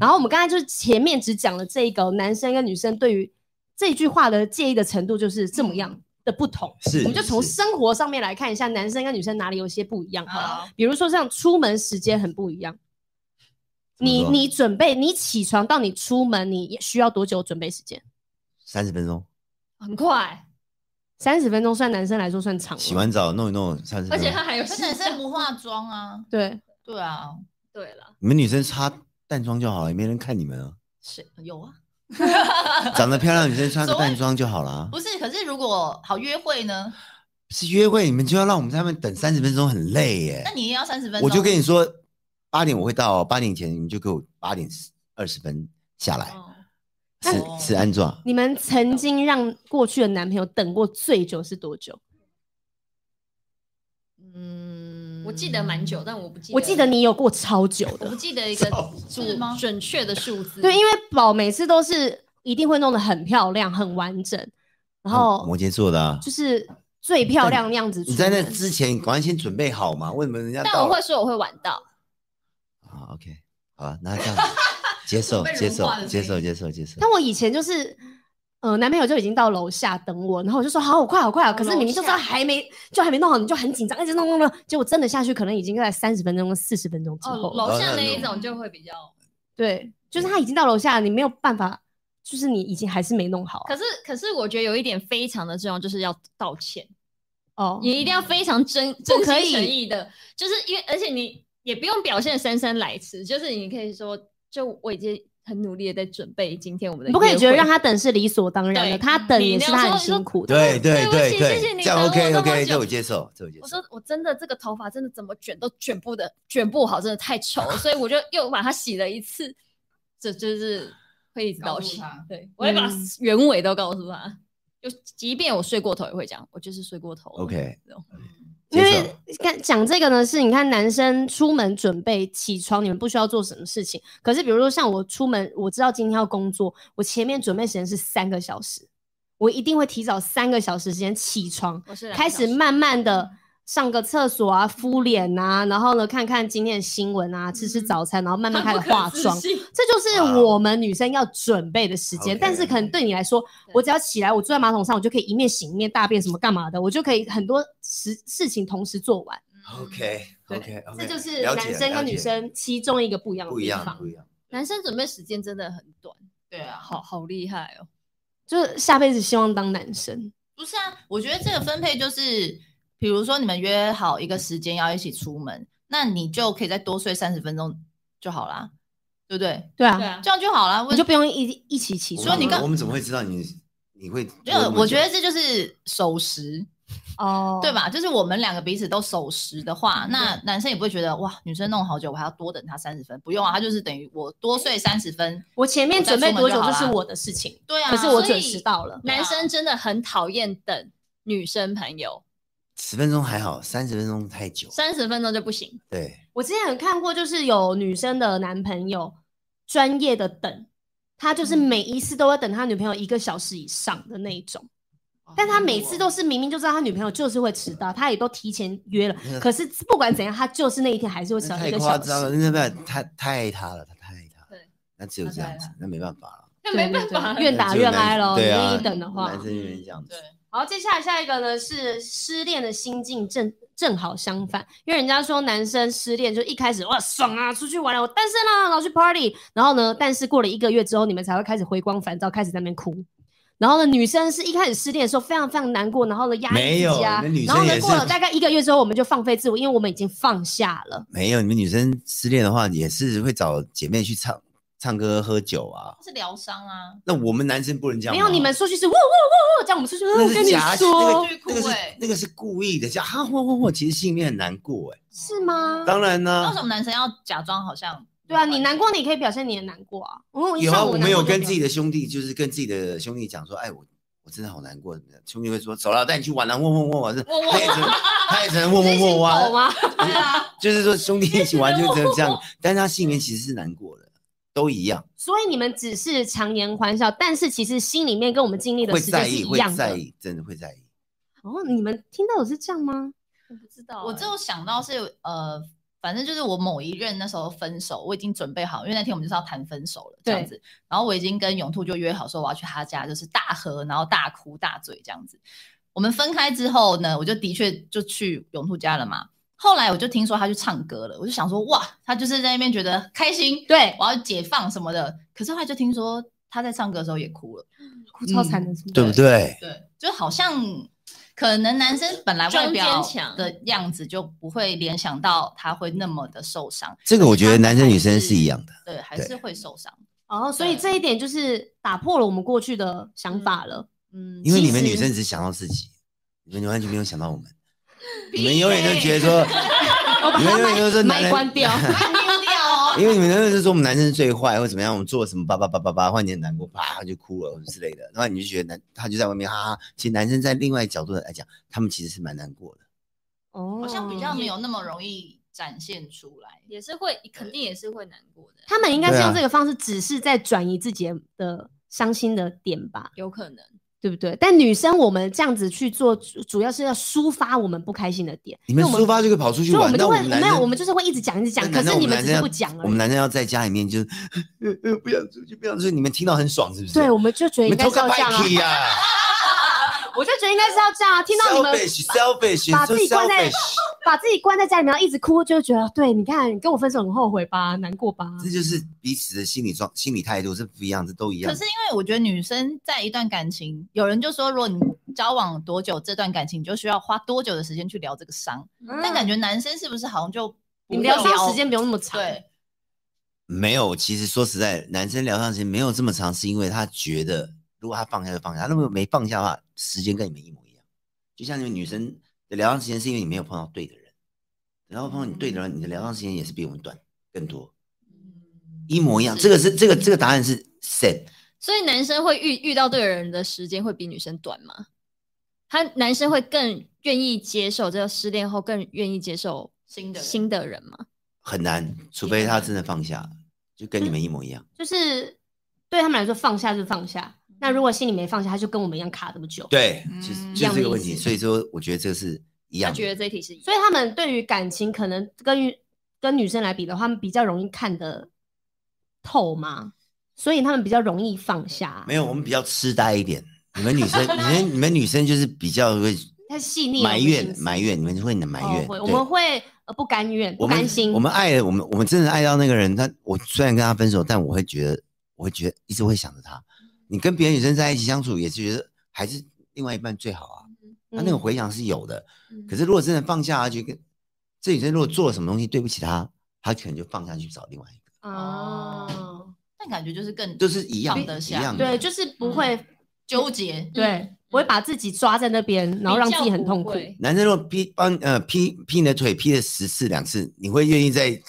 然后我们刚才就是前面只讲了这一个男生跟女生对于这句话的介意的程度就是这么样的不同。
是
我们就从
是
生活上面来看一下男生跟女生哪里有一些不一样好了。
(laughs) 好
比如说像出门时间很不一样，
怎么
你
说
你准备你起床到你出门，你需要多久准备时间？
三十分钟，
很快，
三十分钟算男生来说算长
洗
了。
完澡弄一弄，三十
而
分
且
钟
他。还有
可是男生不化妆啊，
对，
对啊，
对了，
你们女生擦淡妆就好了，也没人看你们啊。
(laughs)
是有啊。
长得漂亮的女生穿个
所谓
淡妆就好了啊。
不是，可是如果好约会呢？
是约会，你们就要让我们在那边等三十分钟，很累耶
那。你也要三十分钟。啊
我就跟你说，八点我会到哦，八点前你们就给我八点二十分下来，
哦
是
哦
是安装。
你们曾经让过去的男朋友等过最久是多久？
嗯
我记得蛮久，，但我不记得。
我记得你有过超久
我
的
(laughs)
不，记得一个
是吗
准确的数字。
(laughs)
对，因为宝每次都是一定会弄得很漂亮、很完整，然后
哦摩羯座的、啊，
就是最漂亮那样子出
你
门。
在那之前，赶快先准备好嘛？为什么人家
但
到
我
了
会说我会晚到，
啊？OK，好啊，那这样接受
被，
接
融
受
化，的
接
声
受，接受，接受
但。我以前就是，呃，男朋友就已经到楼下等我，然后我就说好，我快，好快啊！可是
哦楼
明明就知道
下
还没，就还没弄好，你就很紧张，一直弄弄弄，结果真的下去，可能已经在三十分钟跟四十分钟之
哦，
后了。
楼下
那嗯
那一
那
种就会比较。
对，就是他已经到楼下，你没有办法，就是你已经还是没弄好啊、
可是可是我觉得有一点非常的重要，就是要道歉，
哦，
也一定要非常真
不
真
可以
心诚意的，就是因为而且你也不用表现姗姗来迟，就是你可以说，就我已经很努力的在准备今天我们的
你
约
不
会，
可以觉得让他等是理所当然
对
的，他等
你
也
那
是
样
他
说
很
你说
辛苦的。
对对
对不
对
起谢谢
对，
你
这样
等我
OK
这么
OK，
久
这我接受，这我接
我
受
说。我真的这个头发真的怎么卷都卷不的卷不好，真的太丑了，所以我就又把它洗了一次，这就是会一直道
告诉
歉
他。
对，我会把
嗯
原委都告诉他，就即便我睡过头也会讲，我就是睡过头了。
OK
这种
因
接受
为看讲这个呢，是你看男生出门准备起床，你们不需要做什么事情。可是比如说像我出门，我知道今天要工作，我前面准备时间是三个小时，我一定会提早三个小时时间起床，
我是懒
开
啊小
始
时嗯
慢慢的上个厕所啊，敷脸啊，然后呢看看今天的新闻啊，吃吃
嗯
早餐，然后慢慢开
很
始
不可
化
置
妆。
信
这就是
哇哦
我们女生要准备的时间。
OK
但是可能对你来说，我只要起来，我坐在马桶上，我就可以一面醒一面大便，什么干嘛的，我就可以很多事事情同时做完。
OK OK，
这就是男生跟女生其中一个不一样的
不一
地
样，
方。
不一样。
男生准备时间真的很短，
对啊，
好好厉害哦。
就是下辈子希望当男生，
不是啊，我觉得这个分配就是，比如说你们约好一个时间要一起出门，那你就可以再多睡三十分钟就好啦，对不对？
对啊，
对啊，
这样就好啦。
你就不用一一起起
我
床啊。
们
所以你刚
我们怎么会知道你你会多
就
那么久？
我觉得这就是守时，
哦，嗯
对？吧？就是我们两个彼此都守时的话，那男生也不会觉得哇，女生弄好久，我还要多等她三十分。不用啊，他就是等于我多睡三十分。
我前面准备多久
我
这
再出门就好
是
啦
我的事情，
对啊，
嗯可是我
所以
准时到了。
男生真的很讨厌等女生朋友，
十分钟还好，三十分钟太久。
三十分钟就不行。
对，
我之前有看过，就是有女生的男朋友专业的等，他就是
嗯
每一次都会等他女朋友一个小时以上的那一种，
哦
但他每次都是明明就知道他女朋友就是会迟到，他也都提前约了
那，个
可是不管怎样，他就是那一天还是会迟
那
到一
太
个
夸
小
张了，
时。
那那太太爱他了，他太爱他了。
对，
那只有这样子，那没办法了。
那
对
没
对
办法，
对，愿打愿挨喽。你
对啊
愿意等的话
男，生愿意这样子
对。
好，接下来下一个呢是失恋的心境正正好相反，因为人家说男生失恋就一开始哇爽啊，出去玩了，我单身啦，然后去 party，然后呢，但是过了一个月之后，你们才会开始回光返照，开始在那边哭。然后呢，女生是一开始失恋的时候非常非常难过，然后呢压抑自己啊
没有那女，生
然后呢
也是
过了大概一个月之后，我们就放飞自我，因为我们已经放下了。
没有，你们女生失恋的话，也是会找姐妹去唱唱歌、喝酒啊。
是疗伤啊，
那我们男生不能这样
没
吗。
有，你们出去是呜呜呜，叫我们出去，呃
那
我跟
是
你
假
说，
那个是那个是故意的，啊叫哈我我我，其实心里面很难过哎。
是吗？
当然
那为
呢
什，么男生要假装好像？
嗯对啊，你难过，你可以表现你的难过啊。嗯，
有啊，
像
我
难
们有
过就
跟
表
自己的兄弟，就是跟自己的兄弟讲说，哎，我我真的好难过什么的。兄弟会说，走了，带你去玩啊，问问问玩，
我我
他也只能他也只能问
你
问
是
问
(laughs) 狗
玩，
吗？
(laughs) 对
(laughs)
啊，
就是说兄弟一起玩就只能这样，但是他心里面其实是难过的，都一样，
所以你们只是强颜欢笑，但是其实心里面跟我们经历的
会
时间
在
是
意，
一
会
样
在
的。
意，真的会在意。
哦，你们听到的是这样吗？
我不知道欸，
我只有想到是呃，反正就是我某一任那时候分手，我已经准备好，因为那天我们就是要谈分手了这样
对
子。然后我已经跟永兔就约好说我要去他家，就是大喝，然后大哭大醉这样子。我们分开之后呢，我就的确就去永兔家了嘛。后来我就听说他去唱歌了，我就想说哇，他就是在那边觉得开心，
对，
我要解放什么的。可是后来就听说他在唱歌的时候也哭了，
哭超惨的，是吗？
对不对？
对，就好像可能男生本来外
装
表
坚强
的样子就不会联想到他会那么的受伤，
这个我觉得男生女生是一样的，
对，还
对
是会受伤。
哦，所以这一点就是打破了我们过去的想法了。
嗯，
因为你们
其
女
实
生只想到自己，你们完全没有想到我
(laughs)
们，你们永远都觉得说，
哦我把
你
它
们永远都是
麦
男人
关
(laughs)
掉，
因为你们永远都说我们男生是最坏或怎么样，我们做什么叭叭叭叭叭，换你很难过，啪他就哭了或者之类的，然后你就觉得男他就在外面哈哈，其实男生在另外角度来讲，他们其实是蛮难过的。
哦，
好像比较没有那么容易展现出来。
也是会，肯定也是会难过的，
他们应该是
对啊
用这个方式，只是在转移自己的伤心的点吧。
有可能。
对不对？但女生我们这样子去做，主主要是要抒发我们不开心的点。
你们
因为我
出发就可以跑出去
所以我
玩，
们
那
就
我
会
们男
没有，我
生
们就是会一直讲，一直讲。
那
可
难道
是你们只
我男
是
生
不讲而
我们
已。
男生要在家里面就是， (laughs) 呃呃，不想出去，不想出去，你们听到很爽是不是？
对，我们就觉得
你
应该
们偷
是要
看
这样啊
Nike 呀
我就觉得应该是要这样啊。听到你们
，selfish，selfish，
把
so
自己关在
selfish，
把自己关在家里面，然后一直哭，就觉得对，你看，你跟我分手很后悔吧，难过吧？
这就是彼此的心理状、心理态度是不一样，这都一样
可是。因为我觉得女生在一段感情，有人就说，如果你交往多久，这段感情你就需要花多久的时间去疗这个伤。但感觉男生是不是好像就不
嗯你们
会
疗伤时间不用那么长。
对，
没有，其实说实在，男生疗伤时间没有这么长，是因为他觉得如果他放下就放下，他如果没放下的话，时间跟你们一模一样。就像你们女生的疗伤时间，是因为你没有碰到对的人，然后碰到你对的人，你的疗伤时间也是比我们短更多，
嗯
一模一样。
是
这个是这个这个答案是 set，
所以男生会遇遇到对的人的时间会比女生短吗？他男生会更愿意接受这个失恋后更愿意接受
新的人
新的人吗？
很难，除非他真的放下，就跟你们一模一样。
嗯就是对他们来说放下就放下。那如果心里没放下，他就跟我们一样卡这么久。，
对，
嗯
就是
一
就
样的
是这个问
意
题。
思
所以说，我觉得这个是一
他
样的。
觉得这一题是一样，
所以他们对于感情可能跟于跟女生来比的话，他们比较容易看得透嘛，所以他们比较容易放下
没。有，我们比较痴呆一点。你们女生，你们你们女生就是比较
(laughs)
会
太细腻了
埋怨埋怨，你们会很埋怨。
我们心思哦会我
对
们会呃不甘愿、不
我们
甘心。
我们啊爱了我们，我们真的爱到那个人。他我虽然跟他分手，但我会觉得，我会觉得一直会想着他。你跟别的女生在一起相处，也是觉得还是另外一半最好啊。他那个
嗯
回想是有的。
嗯
可是如果真的放下，就跟这女生如果做了什么东西对不起他，他可能就放下去找另外一个，
哦，
但感觉就是更
都是一样
放得
的，一
下
样的。
对，就是不会
纠结。
对，不会把自己抓在那边，然后让自己很痛苦
比。较不会
男生如果劈帮呃劈劈你的腿劈了十次两次，你会愿意再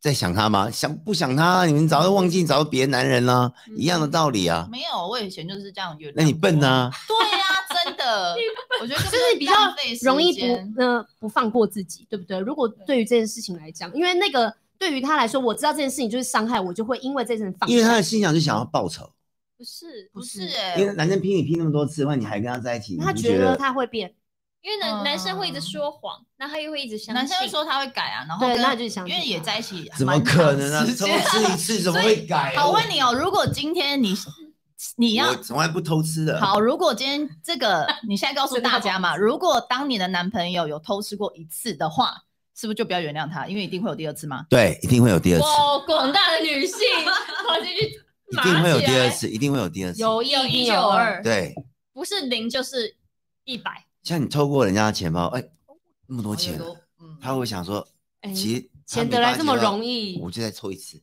再想他吗？想不想他？你们早就忘记找到别的男人啦、一样的道理啊。
没有，我以前就是这样原谅。
那你笨？啊呐、
对呀、
(laughs)
真的。我觉得
就
就是
比较
浪费时
容易
间
不呃不放过自己，对不对？如果对于这件事情来讲，因为那个对于他来说，我知道这件事情就是伤害，我就会因为这件事情放
因为他
下。
的心想就想要报仇，
不是
不
是
是哎、
因为男生劈你劈那么多次，那你还跟他在一起，
他
你不
觉
觉
得他会变，
因为男、男生会一直
嗯
说谎，那他又啊会一直相信。
男生会说他会改啊，然后
对
跟
那就是想
因为
起
也
他
在一起，
怎么可能啊？偷 (laughs) 吃一次怎么会改、啊？
好，我问你哦，如果今天你你要
我从来不偷吃的。
好，如果今天这个你现
(laughs)
在告诉大家嘛，如果当你的男朋友有偷吃过一次的话，是不是就不要原谅他？因为一定会有第二次吗？
对，一定会有第二次，
哇，广大的女性，跑进去
一定会有
麻
第
起
二
来，
次，一定会有第二次。
有
有
一
一
有
有
二，
二，
对，
不是零就是一百。
像你偷过人家的钱包，哎、那么多钱，
嗯
他会想说，
哎
其实他
钱
没
得来
发
这
觉
么
到
容易
我就再抽一次，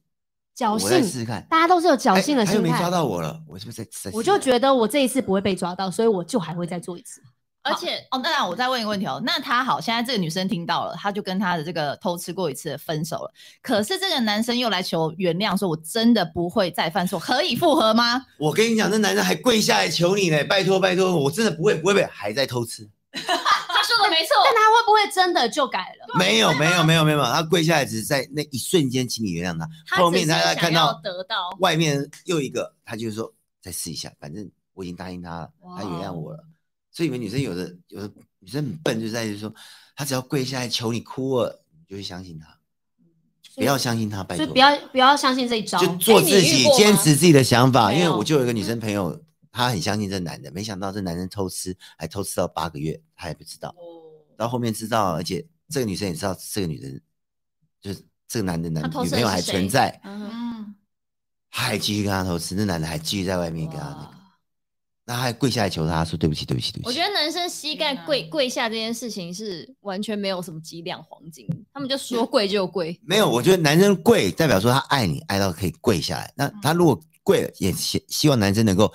侥
我再试
幸，
试看。
大家都是有侥幸的
哎他又
心
没抓
态。
到我了，我是不是再再试？
我就觉得我这一次不会被抓到，所以我就还会再做一次。
而且
哦，那我再问一个问题哦，那他好，现在这个女生听到了，她就跟她的这个偷吃过一次的分手了，可是这个男生又来求原谅，说我真的不会再犯错，可以复合吗？
我跟你讲，那男人还跪下来求你呢，拜托拜托，我真的不会不会不会，还在偷吃。
他说的没错，
但他会不会真的就改了？
没有没有没有没有，他跪下来只是在那一瞬间，请你原谅他。后面他
他只
他
是
看
想要
到
得到，
外面又一个，他就说再试一下，反正我已经答应他了，他原谅我了。所以你们女生有的有的女生很笨，就在于说，她只要跪下来求你哭了，你就会相信他，不要相信他，拜
嗯所
托，
以不要不要相信这一招。
就做自己
哎你遇，过吗
坚持自己的想法。因
没
为
有
我就有一个女生朋友，她很相信这男的，没想到这男人偷吃，还偷吃到八个月，她也不知道。到后面知道，而且这个女生也知道，这个女人就是这个男的男
她偷
女
吃的
朋友
是
还
谁
存在，
嗯，
嗯，
她还继续跟他偷吃，那男的还继续在外面跟他那个，
哇
那他还跪下来求他说对不起，对不起，对
哦
不
我
起
觉。得男生膝盖
天啊
跪跪下这件事情是完全没有什么几两黄金，他们就说跪就跪。
没有，我觉得男生跪代表说他爱你，爱到可以跪下来。那
嗯
他如果跪了，也希希望男生能够，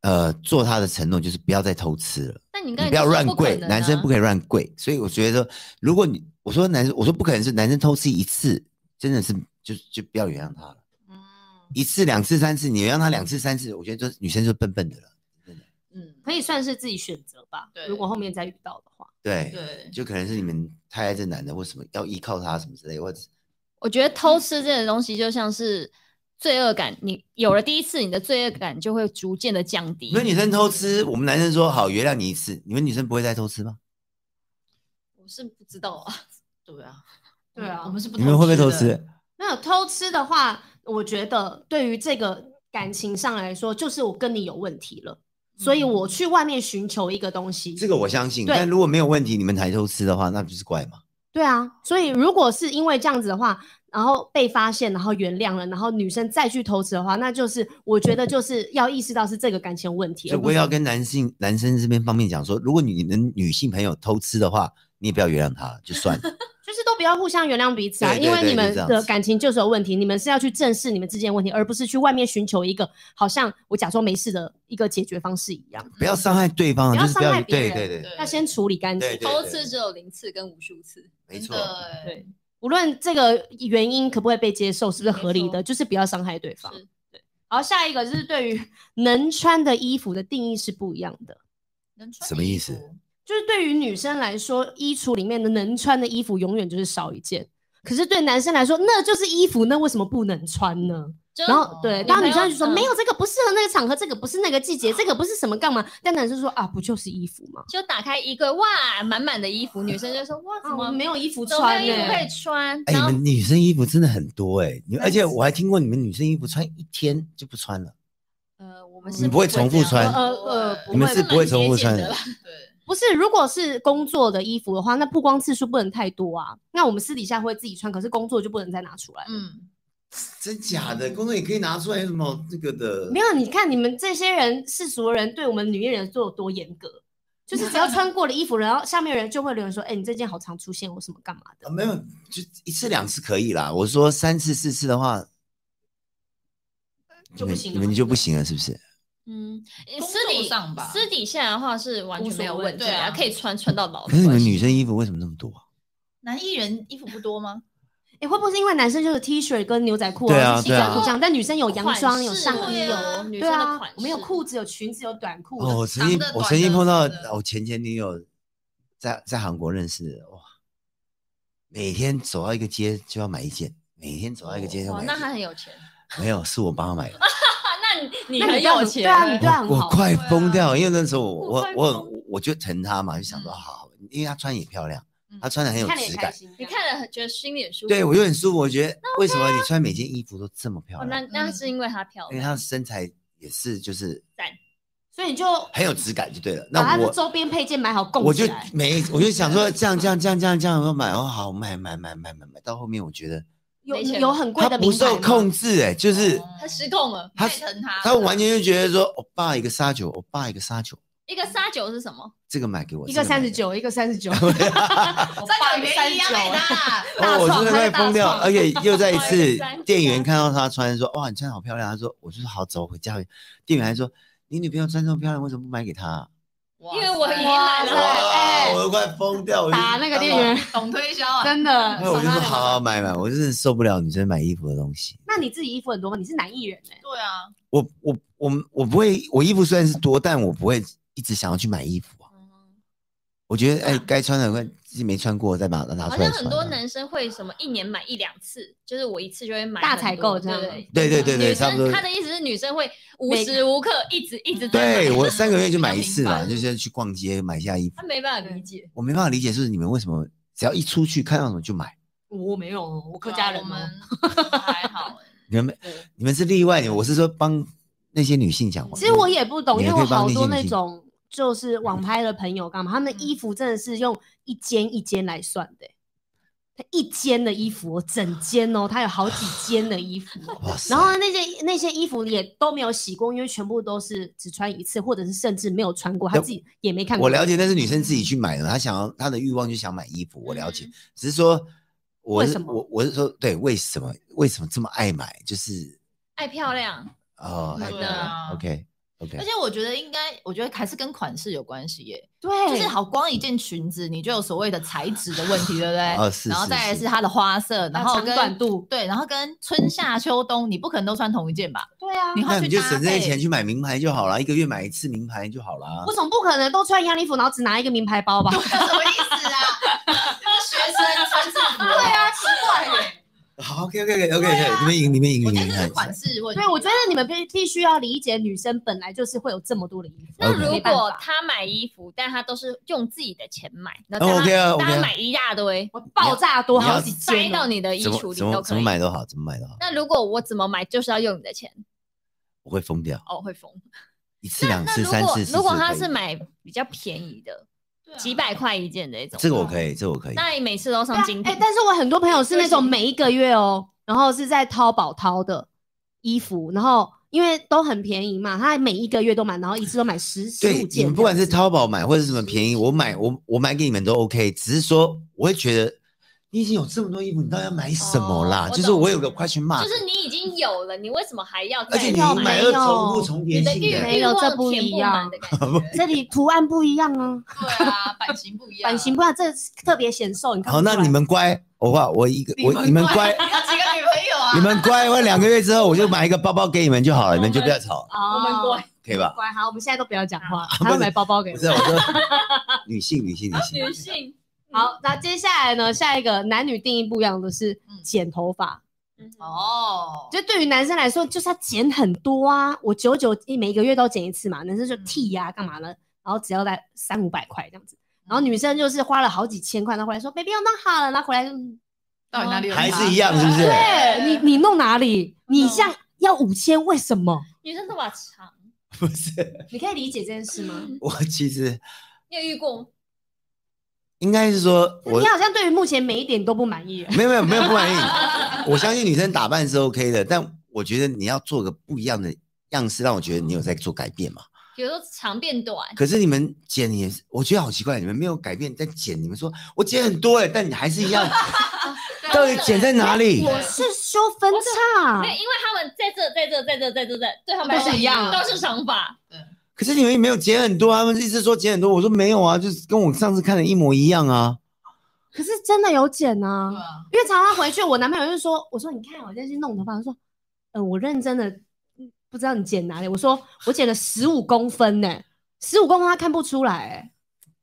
呃，做他的承诺，就是不要再偷吃了。
但你刚才
你不要
就说
乱
可
跪，
能
男生
啊
不可以乱跪。所以我觉得说，如果你我说男生，我说不可能是男生偷吃一次，真的是就就不要原谅他了。
嗯
一次、两次、三次，你原谅他两次、三次，我觉得这女生就笨笨的了。
嗯，
可以算是自己选择吧。
对
如果后面再遇到的话，
对，
对，
就可能是你们太爱这男的，或什么要依靠他什么之类，或者
我觉得偷吃这种东西就像是罪恶感，你有了第一次，你的罪恶感就会逐渐的降低
你。说女生偷吃，我们男生说好原谅你一次，你们女生不会再偷吃吗？
我是不知道
(laughs)
啊，嗯
对啊，
对啊
我们是不
你们会不会偷
的
吃？？
没有偷吃的话，我觉得对于这个感情上来说，就是我跟你有问题了，所以我去外面寻求一个东西。
嗯这个我相信，
对
但如果没有问题，你们才偷吃的话，那不是怪吗？
对啊，所以如果是因为这样子的话，然后被发现，然后原谅了，然后女生再去偷吃的话，那就是我觉得就是要意识到是这个感情有问题，
所以
而
我
是
也要跟男性男生这边方面讲说，如果你的女性朋友偷吃的话，你也不要原谅她，就算了。
就是都不要互相原谅彼此啊，
对对
因为
对
你们
是这样
的
子
感情就是有问题，你们是要去正视你们之间的问题，而不是去外面寻求一个好像我假装没事的一个解决方式一样，
不要伤
(laughs)
害对方，啊
不要
就是
伤害别
对
人
对对，
要先处理干净
对。对
偷吃只有零次跟无数次。
没
真
错。
的欸
对，
无论这个原因可不可以被接受，是不是合理的，
没错
就是不要伤害对方。
是
然后下一个就是对于能穿的衣服的定义是不一样的，
能穿
什么
衣
意思
服
就是对于女生来说，衣橱里面的能穿的衣服永远就是少一件。可是对男生来说，那就是衣服，那为什么不能穿呢？
就
然后对，
你
当
没
女
哦有
生就说
嗯
没有这个不适合那个场合，这个不是那个季节，这个不是什么干嘛？但男生说啊，不就是衣服吗？
就打开衣柜，哇，满满的衣服，女生就说哇，怎
啊，我
么
们没有衣服
怎么
穿欸
没有衣服
呢、
可以穿？
哎，
然后
你们女生衣服真的很多哎、你而且我还听过你们女生衣服穿一天就不穿了，
呃，我们
你
是
不会重复
这样
穿
呃
呃
呃，
不
你们
会
是
吧
不会重复穿
蛮节俭的
(laughs) 的
啦。
对，
不是，如果是工作的衣服的话，那曝光次数不能太多啊。那我们私底下会自己穿，可是工作就不能再拿出来。
嗯，
真假的，工作也可以拿出来，有什么这个的？
没有，你看你们这些人世俗的人对我们女艺人做有多严格，就是只要穿过了衣服，然后下面的人就会留言说：“哎、你这件好常出现，我什么干嘛的
啊，没有，就一次两次可以啦。我说三次四次的话，
就不行
你
了
们
嘛
你们就不行了，是不是？
嗯，
工
私
作
底
上吧
私底下的话是完全没有问题
无所谓对啊
可以穿穿到
哦
老
可
的
是
关系。
你们女生衣服为什么那么多啊？
男艺人衣服不多吗？？”
哎、会不会是因为男生就是 T 恤跟牛仔裤
对啊
是西装
对啊
裤这样，但女生有洋装、有
款式
上衣、
对
有
啊女
对
生的
啊
款式，
我们有裤子、有裙子、有短裤。
哦，我曾
长
经
的
我
短
曾经
的
碰到
什么的
我前前女友在在韩国认识的，哇，每天走到一个街就要买一件，每天走到一个街就要
哇，
买一
那她
件，
很有钱，
没有是我帮她买的。
那
(laughs)
你
那你
很
这样
有
子
钱，
对啊你这样很
我
好
我快
对啊
疯掉了，因为那时候我
我
我
快
我
疯
很我就疼她嘛，就想说
嗯
好，因为她穿也漂亮，
嗯
她穿的很有
看了也
质
开
感，
心，
你看了很觉得心里很舒服。
对我就很舒服。我觉得为什么你穿每件衣服都这么漂
哦，那
亮？
那是因为她漂
嗯因为
亮，
她的身材也是就是
所以你就
很有质感就对了。
把
那
它的
我
周边配件买好供
我
起
就
来。
没我就想说这样这样这样这样这样，我买哦好买买买买买买，到后面我觉得
有
没钱
有很贵
她
的
不
名牌
受
吗哦
控制，哎，就是
她失控了。
她
太疼哦他了，
她完全就觉得说，我爸一个杀球，我爸一个杀球，
一个沙九是什么？
这个买给我，
一
这
个三
买
十
给 (laughs) 我
九，一个三十九，
三九便宜啊，给 (laughs) 他。
大
哦，我
创
真的
他
快
是大
疯掉，
创
而且又再一
(laughs)
次
不好意思
店员看到她穿说：“哇，你穿得好漂亮。”她说：“我就是好走回家。”店员还说：“你女朋友穿这么漂亮，为什么不买给她啊
哇
因为我已经
哇
买？”
塞
了，
哎
我都快疯掉！我就
打那个店员，，
懂推销
(laughs)
啊，
真的。
哎，我就
赏他
说
两
好
巴
好
掌
买买，我真的受不了女生买衣服的东西。
那你自己衣服很多吗？你是男艺人哎、
对啊，
我我我我不会，我衣服虽然是多，但我不会一直想要去买衣服啊。
嗯
我觉得哎，该穿的快自己没穿过，再把它拿
好
出来
像
穿啊。
很多男生会什么一年买一两次，就是我一次就会买
大
很多
采购这样
对不对
对对对对，
女
差不
生
多。
她的意思是女生会无
每
时无刻一直一直在
对
买，
我三个月就买一
比较
次嘛，
频繁
就是去逛街买一下衣服
(laughs) 她。没办法理解。
我没办法理解，就是你们为什么只要一出去看到什么就买？
我没有，我客
对啊
家人、
我
哦。
们还好 (laughs) 欸，
你们
对
你们是例外，我是说帮那些女性讲话。
其实我也不懂，
你
因
还
为
可以
我好
帮
多
那些
那
女性
种就是网拍的朋友干嘛，他们衣服真的是用一间一间来算的、欸他一间的衣服哦，整间哦，他有好几间的衣服
(laughs)
哦、
哇塞
然后呢那些那些衣服也都没有洗过，因为全部都是只穿一次，或者是甚至没有穿过，他
那
自己也没看过。
哎我了解，那是女生自己去买的，她想要她的欲望就想买衣服，我了解。只是说，我
嗯为
是
什么
我我是说，对，为什么为什么这么爱买？就是
爱漂亮，
哦，
对
爱
啊
OK
而
OK，
且我觉得应该，我觉得还是跟款式有关系耶。
对，
就是好，光一件裙子你就有所谓的材质的问题，对不对？
哦是
然后
是
再来
是
是它的花色，然后
长
跟
短度，
对，然后跟春夏秋冬你不可能都穿同一件吧？
对啊，
你要
那
去
你就
搭
省这些
配
钱去买名牌就好了，一个月买一次名牌就好了
我。总不可能都穿样礼服，然后只拿一个名牌包吧？
(laughs)
啊什么意思啊？学生穿制服，对
啊，奇怪、
好 OK OK OK
啊
OK，你们赢，你们赢，你
我
们
觉得
赢
这是。款式问题。
对，我觉得你们必必须要理解，女生本来就是会有这么多的衣服。
那
OK
如
没办
果
法
他买衣服，但他都是用自己的钱买，那
哦
大
，OK 啊
家
，OK 啊
大家买一大堆，
我爆炸多
你要
好
好
几
几
件
塞
哦
到你的衣
怎
橱
么
里
怎
都
么
可
怎
以
么。买都好，怎么买都好，
那如果我怎么买就是要用你的钱，
我会疯掉，
哦，会疯。
一次两
那
次
如
三
果
次四次。
如果他
可以
是买比较便宜的，
对啊
几百块一件的那种，
这个我可以，这个我可以。
那你每次都
对啊
上精
哎、
品，
但是我很多朋友是那种
就是
每一个月哦，然后是在淘宝淘的衣服，然后因为都很便宜嘛，他每一个月都买，然后一次都买十十
对
五，
你
件这样
们
子。
不管是淘宝买或者是什么便宜，我买我我买给你们都 OK，只是说我会觉得你已经有这么多衣服，你到底要买什么啦？
哦我
就是
懂
我有个 question mark，
就是你已经有了，你为什么还要再
而且你
要
买
没
了
有
重复重叠
你的
性
欲
的，
没有
欲望
这不
填
一
满
样
的感觉
这里图案不一样啊，
对啊，版型不一样，
版型不一样，这特别显瘦。你看不
好，那
出来
你们乖，我话我一个我你们乖，
啊 (laughs) 你要几个女朋友啊？
你们乖，我两个月之后我就买一个包包给你们就好了，你们就不要吵，
哦
我们乖，
可以吧？
乖，好，我们现在都不要讲话，
(laughs) 不
他会
是
买包包给
不
我
是，。啊我说女性女性女性，
女性
好，那接下来呢？下一个男女定义不一样的是
嗯
剪头发，
嗯
哦，
就对于男生来说，就是要剪很多啊，我九九一每个月都剪一次嘛，男生就剃呀、干嘛呢？然后只要来三五百块这样子，然后女生就是花了好几千块，然后回来说 baby 我弄好了，然后回来就
到底哪里有
还
差
是一样是不是
啊
对你你弄哪里？你像要五千，为什么？
女生头发长，
不是，
你可以理解这件事吗？
我其实
你有遇过吗？
应该是说我
你好像对于目前每一点都不满意。
没有没有没有不满意，我相信女生打扮是 OK 的，但我觉得你要做个不一样的样式，让我觉得你有在做改变嘛。
比如说长变短，
可是你们剪也是，我觉得好奇怪，你们没有改变，但剪你们说我剪很多哎、但你还是一样，到底剪在哪里？
我是说分叉
没，有，因为他们在这，在这，在这，在这，在这对他们
都是
来说
一样的
都是长发。
可是你们也没有剪很多，他们一直说剪很多，我说没有啊，就是跟我上次看的一模一样啊。
可是真的有剪啊。
对啊，
因为常常回去，我男朋友就说：“我说你看我这去弄头发。”他说：“嗯，我认真的，嗯不知道你剪哪里。”我说：“我剪了十五公分呢、十五公分他看不出来、欸。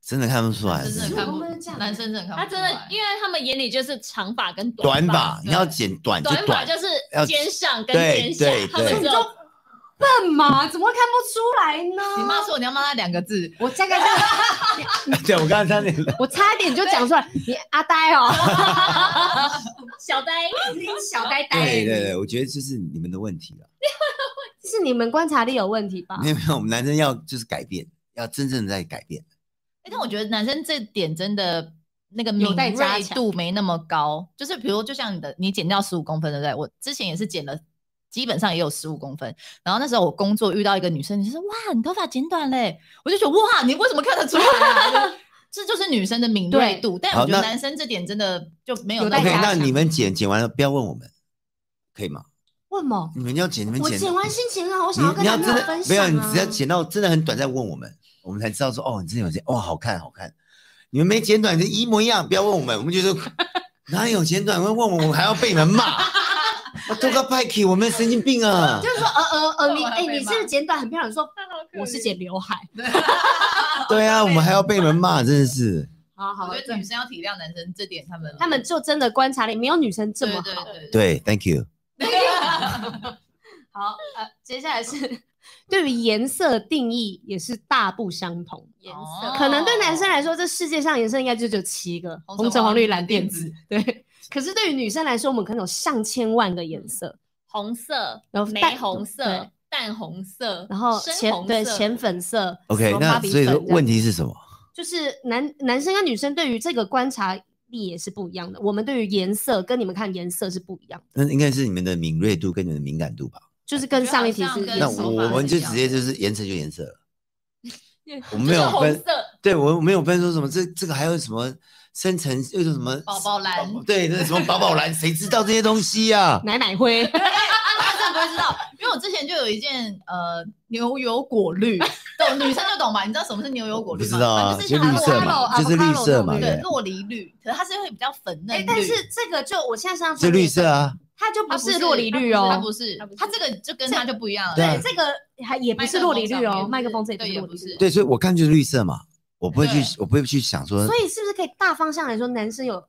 真的看不出来，
男生真的看不，男生真的看不出
他
来，
真的，因为他们眼里就是长发跟
短
发，
发，你要剪短就
短
短，
就是
要
肩上跟
对
肩下
对，
他们
对
只有
笨嘛，怎么会看不出来
你
呢？
妈说你要骂他两个字，
我大概这，
(laughs) 对我刚才差点，
我差一点就讲出来，你阿呆哦、
小呆，
你小呆
(laughs)
呆、
对对对，我觉得就是你们的问题了。
是你们观察力有问题吧
没？有没有，我们男生要就是改变，要真正在改变。
欸但我觉得男生这点真的那个
有
敏
待加
锐
强
度没那么高，就是比如就像你的，你减掉十五公分，对不对？我之前也是减了。基本上也有十五公分，然后那时候我工作遇到一个女生，你说哇，你头发剪短嘞，我就觉得哇，你为什么看得出来 (laughs) 啊、就这就是女生的敏锐度，但
好
我觉得
那
男生这点真的就没有
有
那么
待
OK，
加
那
强
你们剪剪完了不要问我们，可以吗？
为什么？
你们要剪，你们
我
剪，
剪完心情很啊好，我想要
你
跟
你要
男
真
朋友
的
分
没有，
享、
你
啊。
只要剪到真的很短再问我们，我们才知道说哦，你真的有剪，哇、好看好看。你们没剪短的一模一样，不要问我们，我们觉得哪有剪短，问问我们还要被你们骂，我都个派 k 我们神经病啊
就！是说，呃呃呃，你
我还
哎、
被
你是
骂
不是剪短很漂亮？你说我
哦
是剪刘海，
对啊，我们还要被你们骂，真的是。
好好，
我觉得女生要体谅男生这点，他们
他们就真的观察力没有女生这么好。
对对对对
对，Thank you。
好，呃，接下来是对于颜色定义也是大不相同。
颜
哦
色
可能对男生来说，这世界上颜色应该就只有七个：
红
红、
橙
橙、黄、
黄
绿、
绿
蓝、
蓝
靛、
靛
紫
紫。
对。可是对于女生来说，我们可能有上千万个颜色，
红色
然后淡
玫红
对
色、淡红色，
然后
深
浅
红
对
色，
浅粉色
OK，
什么芭
那
比
所以
粉
说
这样
问题是什么？
就是男男生跟女生对于这个观察力也是不一样的。我们对于颜色跟你们看颜色是不一样的，
那应该是你们的敏锐度跟你们的敏感度吧？
就是跟上一题
我
是
觉得好
也是
那
像跟手
我
法
我
是
们
一
就
样
直接就是颜色就
(laughs)
颜色了我们没有
就是红，
分
色，
对我没有分说什么这这个还有什么深层又是什么
宝宝蓝
对，那什么宝宝蓝，谁知道这些东西
(laughs)
呀、
奶奶灰。
真的不会知道，因为我之前就有一件呃牛油果绿，懂女生就懂吧？你知道什么是牛油果
我
绿
不
吗？
知道哎啊，
反正
就绿
像
色
avocado-
嘛，就是绿色嘛，
avocado
对
对，
不对，
洛梨绿，可是它是会比较粉嫩
哎、 (laughs)
绿。
但是这个就我现在身上
就
穿
绿
这
色
个，
啊，
它就
它
不是洛里绿
它
哦
不。是，它不是
它
它
不
这个就跟它就不一样了。
对啊
对，这个还也不是洛里绿哦，麦
麦
克
克
风
风
这
上
里
面
不是洛里绿。
对也不嗯
对，所以我看就是绿色嘛，我不会去
对
我不会去想说
所以是不是可以大方向来说，男生有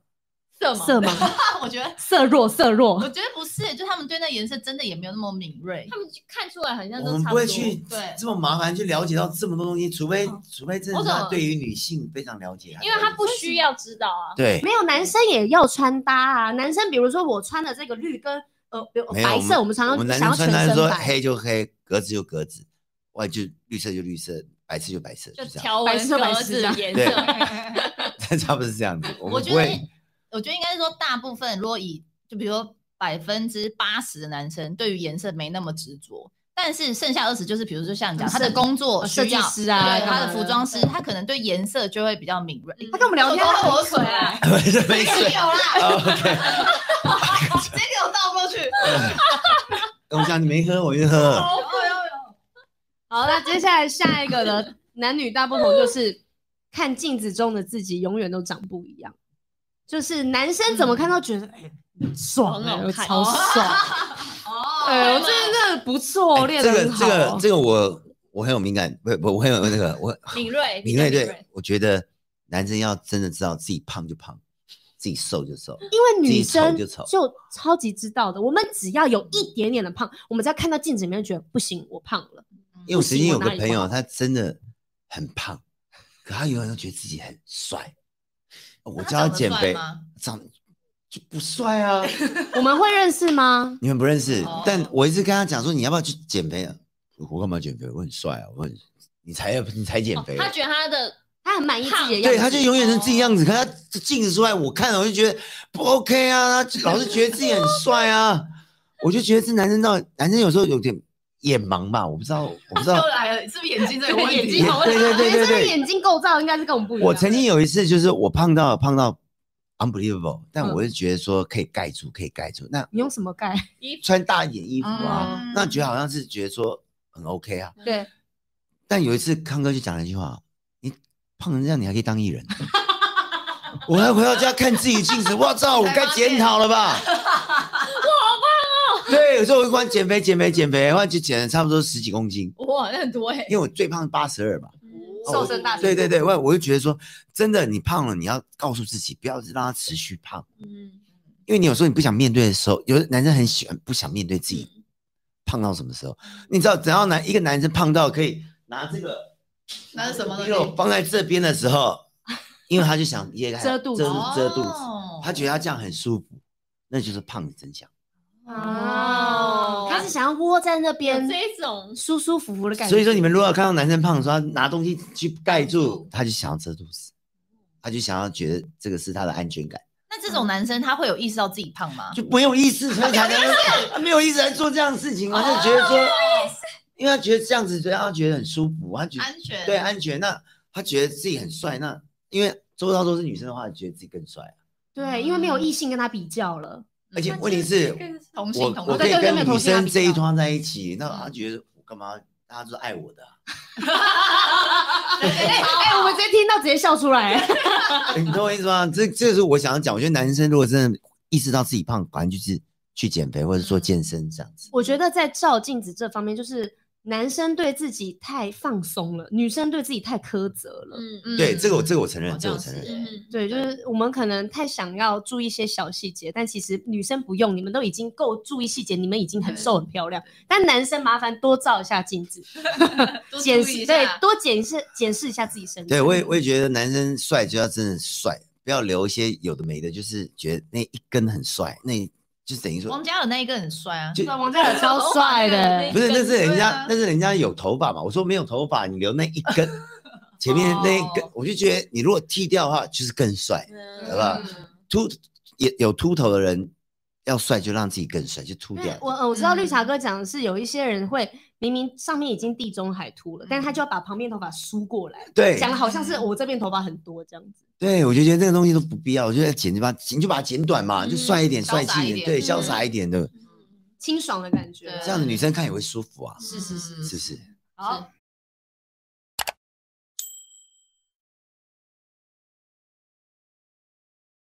色盲，
色
(laughs)
盲，
啊我觉得，
色弱，色弱
我。觉得不是，就他们对那颜色真的也没有那么敏锐。
他们就看出来好像
我
都
们
差多
不会。去 (laughs)
对
这么麻烦去了解到这么多东西，除非
嗯
除非真
我
的是
懂
他
了
对于女性非常了解，
因为他不需要知道啊。
对
没有，男生也要穿搭啊。男生比如说我穿的这个绿跟呃，比如
没有
白色，我们常常
我们男
想
生
要全
穿搭就
身
说
白，
黑就黑，格子就格子，外就绿色就绿色，白色就白色，
就
就这样，
条
白
纹、
色白
格
色
子
这样哦
颜
(laughs) 对
色，
但 (laughs) 差不多是这样子。我
我
们
觉
不
得
会，，
我觉得应该是说，大部分如果以就比如说百分之八十的男生对于颜色没那么执着，但是剩下二十就是，比如说像你讲，
嗯
他的
设
工作
呃
需要
设计师啊
对
干嘛
他
的
的服装师，他可能对颜色就会比较敏锐。
他跟我们聊天
我
很
口水 (laughs) 啊，
(laughs) 没
没有
事。哦
啦，
OK，
直接给我倒过去。
我想你没喝，我就喝。
有有有。
(laughs)
好，那接下来下一个呢？ (laughs) 男女大不同就是看镜子中的自己永远都长不一样。就是男生怎么看都觉得，哎、爽、
很好
欸，
看
超 (laughs) 爽，
哦
哎、我觉得这个不错，练
哎这
得
个
很
这个
好。
这个我我很有敏感，不不，我很有那个我
敏锐，
敏锐
比较
对，我觉得男生要真的知道自己胖就胖，自己瘦就瘦。
因为女
自
生
己丑就丑
就超级知道的，我们只要有一点点的胖，我们只要看到镜子里面就觉得不行，我胖了。
因为我曾经有
不
个
行我哪
朋
里
友，
胖
他真的很胖，可他永远都觉得自己很帅。我
那
(laughs) 叫
长得
减
帅
肥
吗，
长得就不帅啊。
我们会认识吗？
你们不认识，
哦
但我一直跟他讲说，你要不要去减肥啊？我干嘛减肥？我很帅啊，我很，你才要你才减
哦
肥啊、
他觉得他的
他很满意自己的样子，
对，他就永远是自己样子，可他镜子出来，我看了我就觉得不 OK 啊，他老是觉得自己很帅啊， (laughs) 我就觉得这男生到底男生有时候有点眼盲吧，我不知道，我不知道
又，来了，是不是眼睛这个问题？
眼睛好
对对对对
男生的
对，
眼睛构造应该是跟我们不一样。
我曾经有一次就是我胖到胖到 unbelievable，但
嗯
我就觉得说可以盖住，可以盖住，那
你用什么盖？
穿大一点衣服啊，
(laughs) 嗯
那觉得好像是觉得说很 OK 啊，
对，
但有一次康哥就讲了一句话：“你胖成这样，你还可以当艺人？” (laughs) 我还回到家看自己镜子，我操，我该检讨了吧？我好胖哦！对，有时候我一关减肥、减肥、减肥，然后就减了差不多十几公斤，
哇，那很多哎，
因为我最胖八十二嘛。
嗯
哦
瘦身大神
对对对，我我就觉得说，真的，你胖了，你要告诉自己，不要让它持续胖，
嗯，
因为你有时候你不想面对的时候，有的男生很喜欢不想面对自己胖到什么时候。你知道，只要男一个男生胖到可以拿这个。
那是什么东
因为我
西？
放在这边的时候，因为他就想掖盖
遮肚子
遮遮肚子，
哦
他觉得他这样很舒服，那就是胖的真相。
哦，他是想要窝在那边
有这种
舒舒服服的感觉。
所以说，你们如果看到男生胖的时候，他拿东西去盖住，他就想要遮肚子，他就想要觉得这个是他的安全感，
那这种男生他会有意识到自己胖吗？
就没有意思，所以才能没有意思来做这样的事情啊，他就觉得说，因为他觉得这样子，所以他觉得很舒服，他觉得
安全
对啊安全，那他觉得自己很帅，那因为周遭都是女生的话，觉得自己更帅啊。
对，因为没有异性跟他比较了，
而且问题是，
嗯
同
我
性同
我可
对
以
对对
跟
没有
女
同性
生
恋
这一
比较嗯
团在一起，那他觉得我干嘛？大家都是爱我的啊、
(laughs) 哎、我们直接听到直接笑出来。 (laughs)
哎 (laughs) 你懂我意思吗？这这是我想要讲，我觉得男生如果真的意识到自己胖，反正就是去减肥或者做健身这样子。
我觉得在照镜子这方面，就是男生对自己太放松了，女生对自己太苛责了。
嗯嗯
嗯
对，这个我这个我承
哦
认，
好
这个我
像
承
是
认。
嗯
对，就是我们可能太想要注意一些小细节，但其实女生不用，你们都已经够注意细节，你们已经很瘦很漂亮。但男生麻烦多照一下镜子，检视对，多检视检视一下自己身体。
对，我也我也觉得男生帅就要真的帅，不要留一些有的没的，就是觉得那一根很帅，那就等于说
王嘉尔那一个很帅啊，
就
对王嘉尔超帅的欸
不，是，那是人
对
家、
啊
那是人家有头发嘛。我说没有头发，你留那一
(laughs)
根，前面那一根，
哦
我就觉得你如果剃掉的话，就是更帅。
嗯
好不好秃也有秃头的人要帅，就让自己更帅，就秃
因
掉
为。我呃我知道绿茶哥讲的是有一些人会明明上面已经地中海秃了，但是他就要把旁边头发梳过来，
对
讲的好像是我这边头发很多这样子。
对，我就觉得这个东西都不必要，我觉得剪就把剪就把它剪短嘛，就帅一点，
嗯潇
帅
洒
气
一
一点，
点
对，
嗯
潇洒一点的，
清爽的感觉。
对
这样的女生看也会舒服啊，
嗯
是是是
是不是？
好，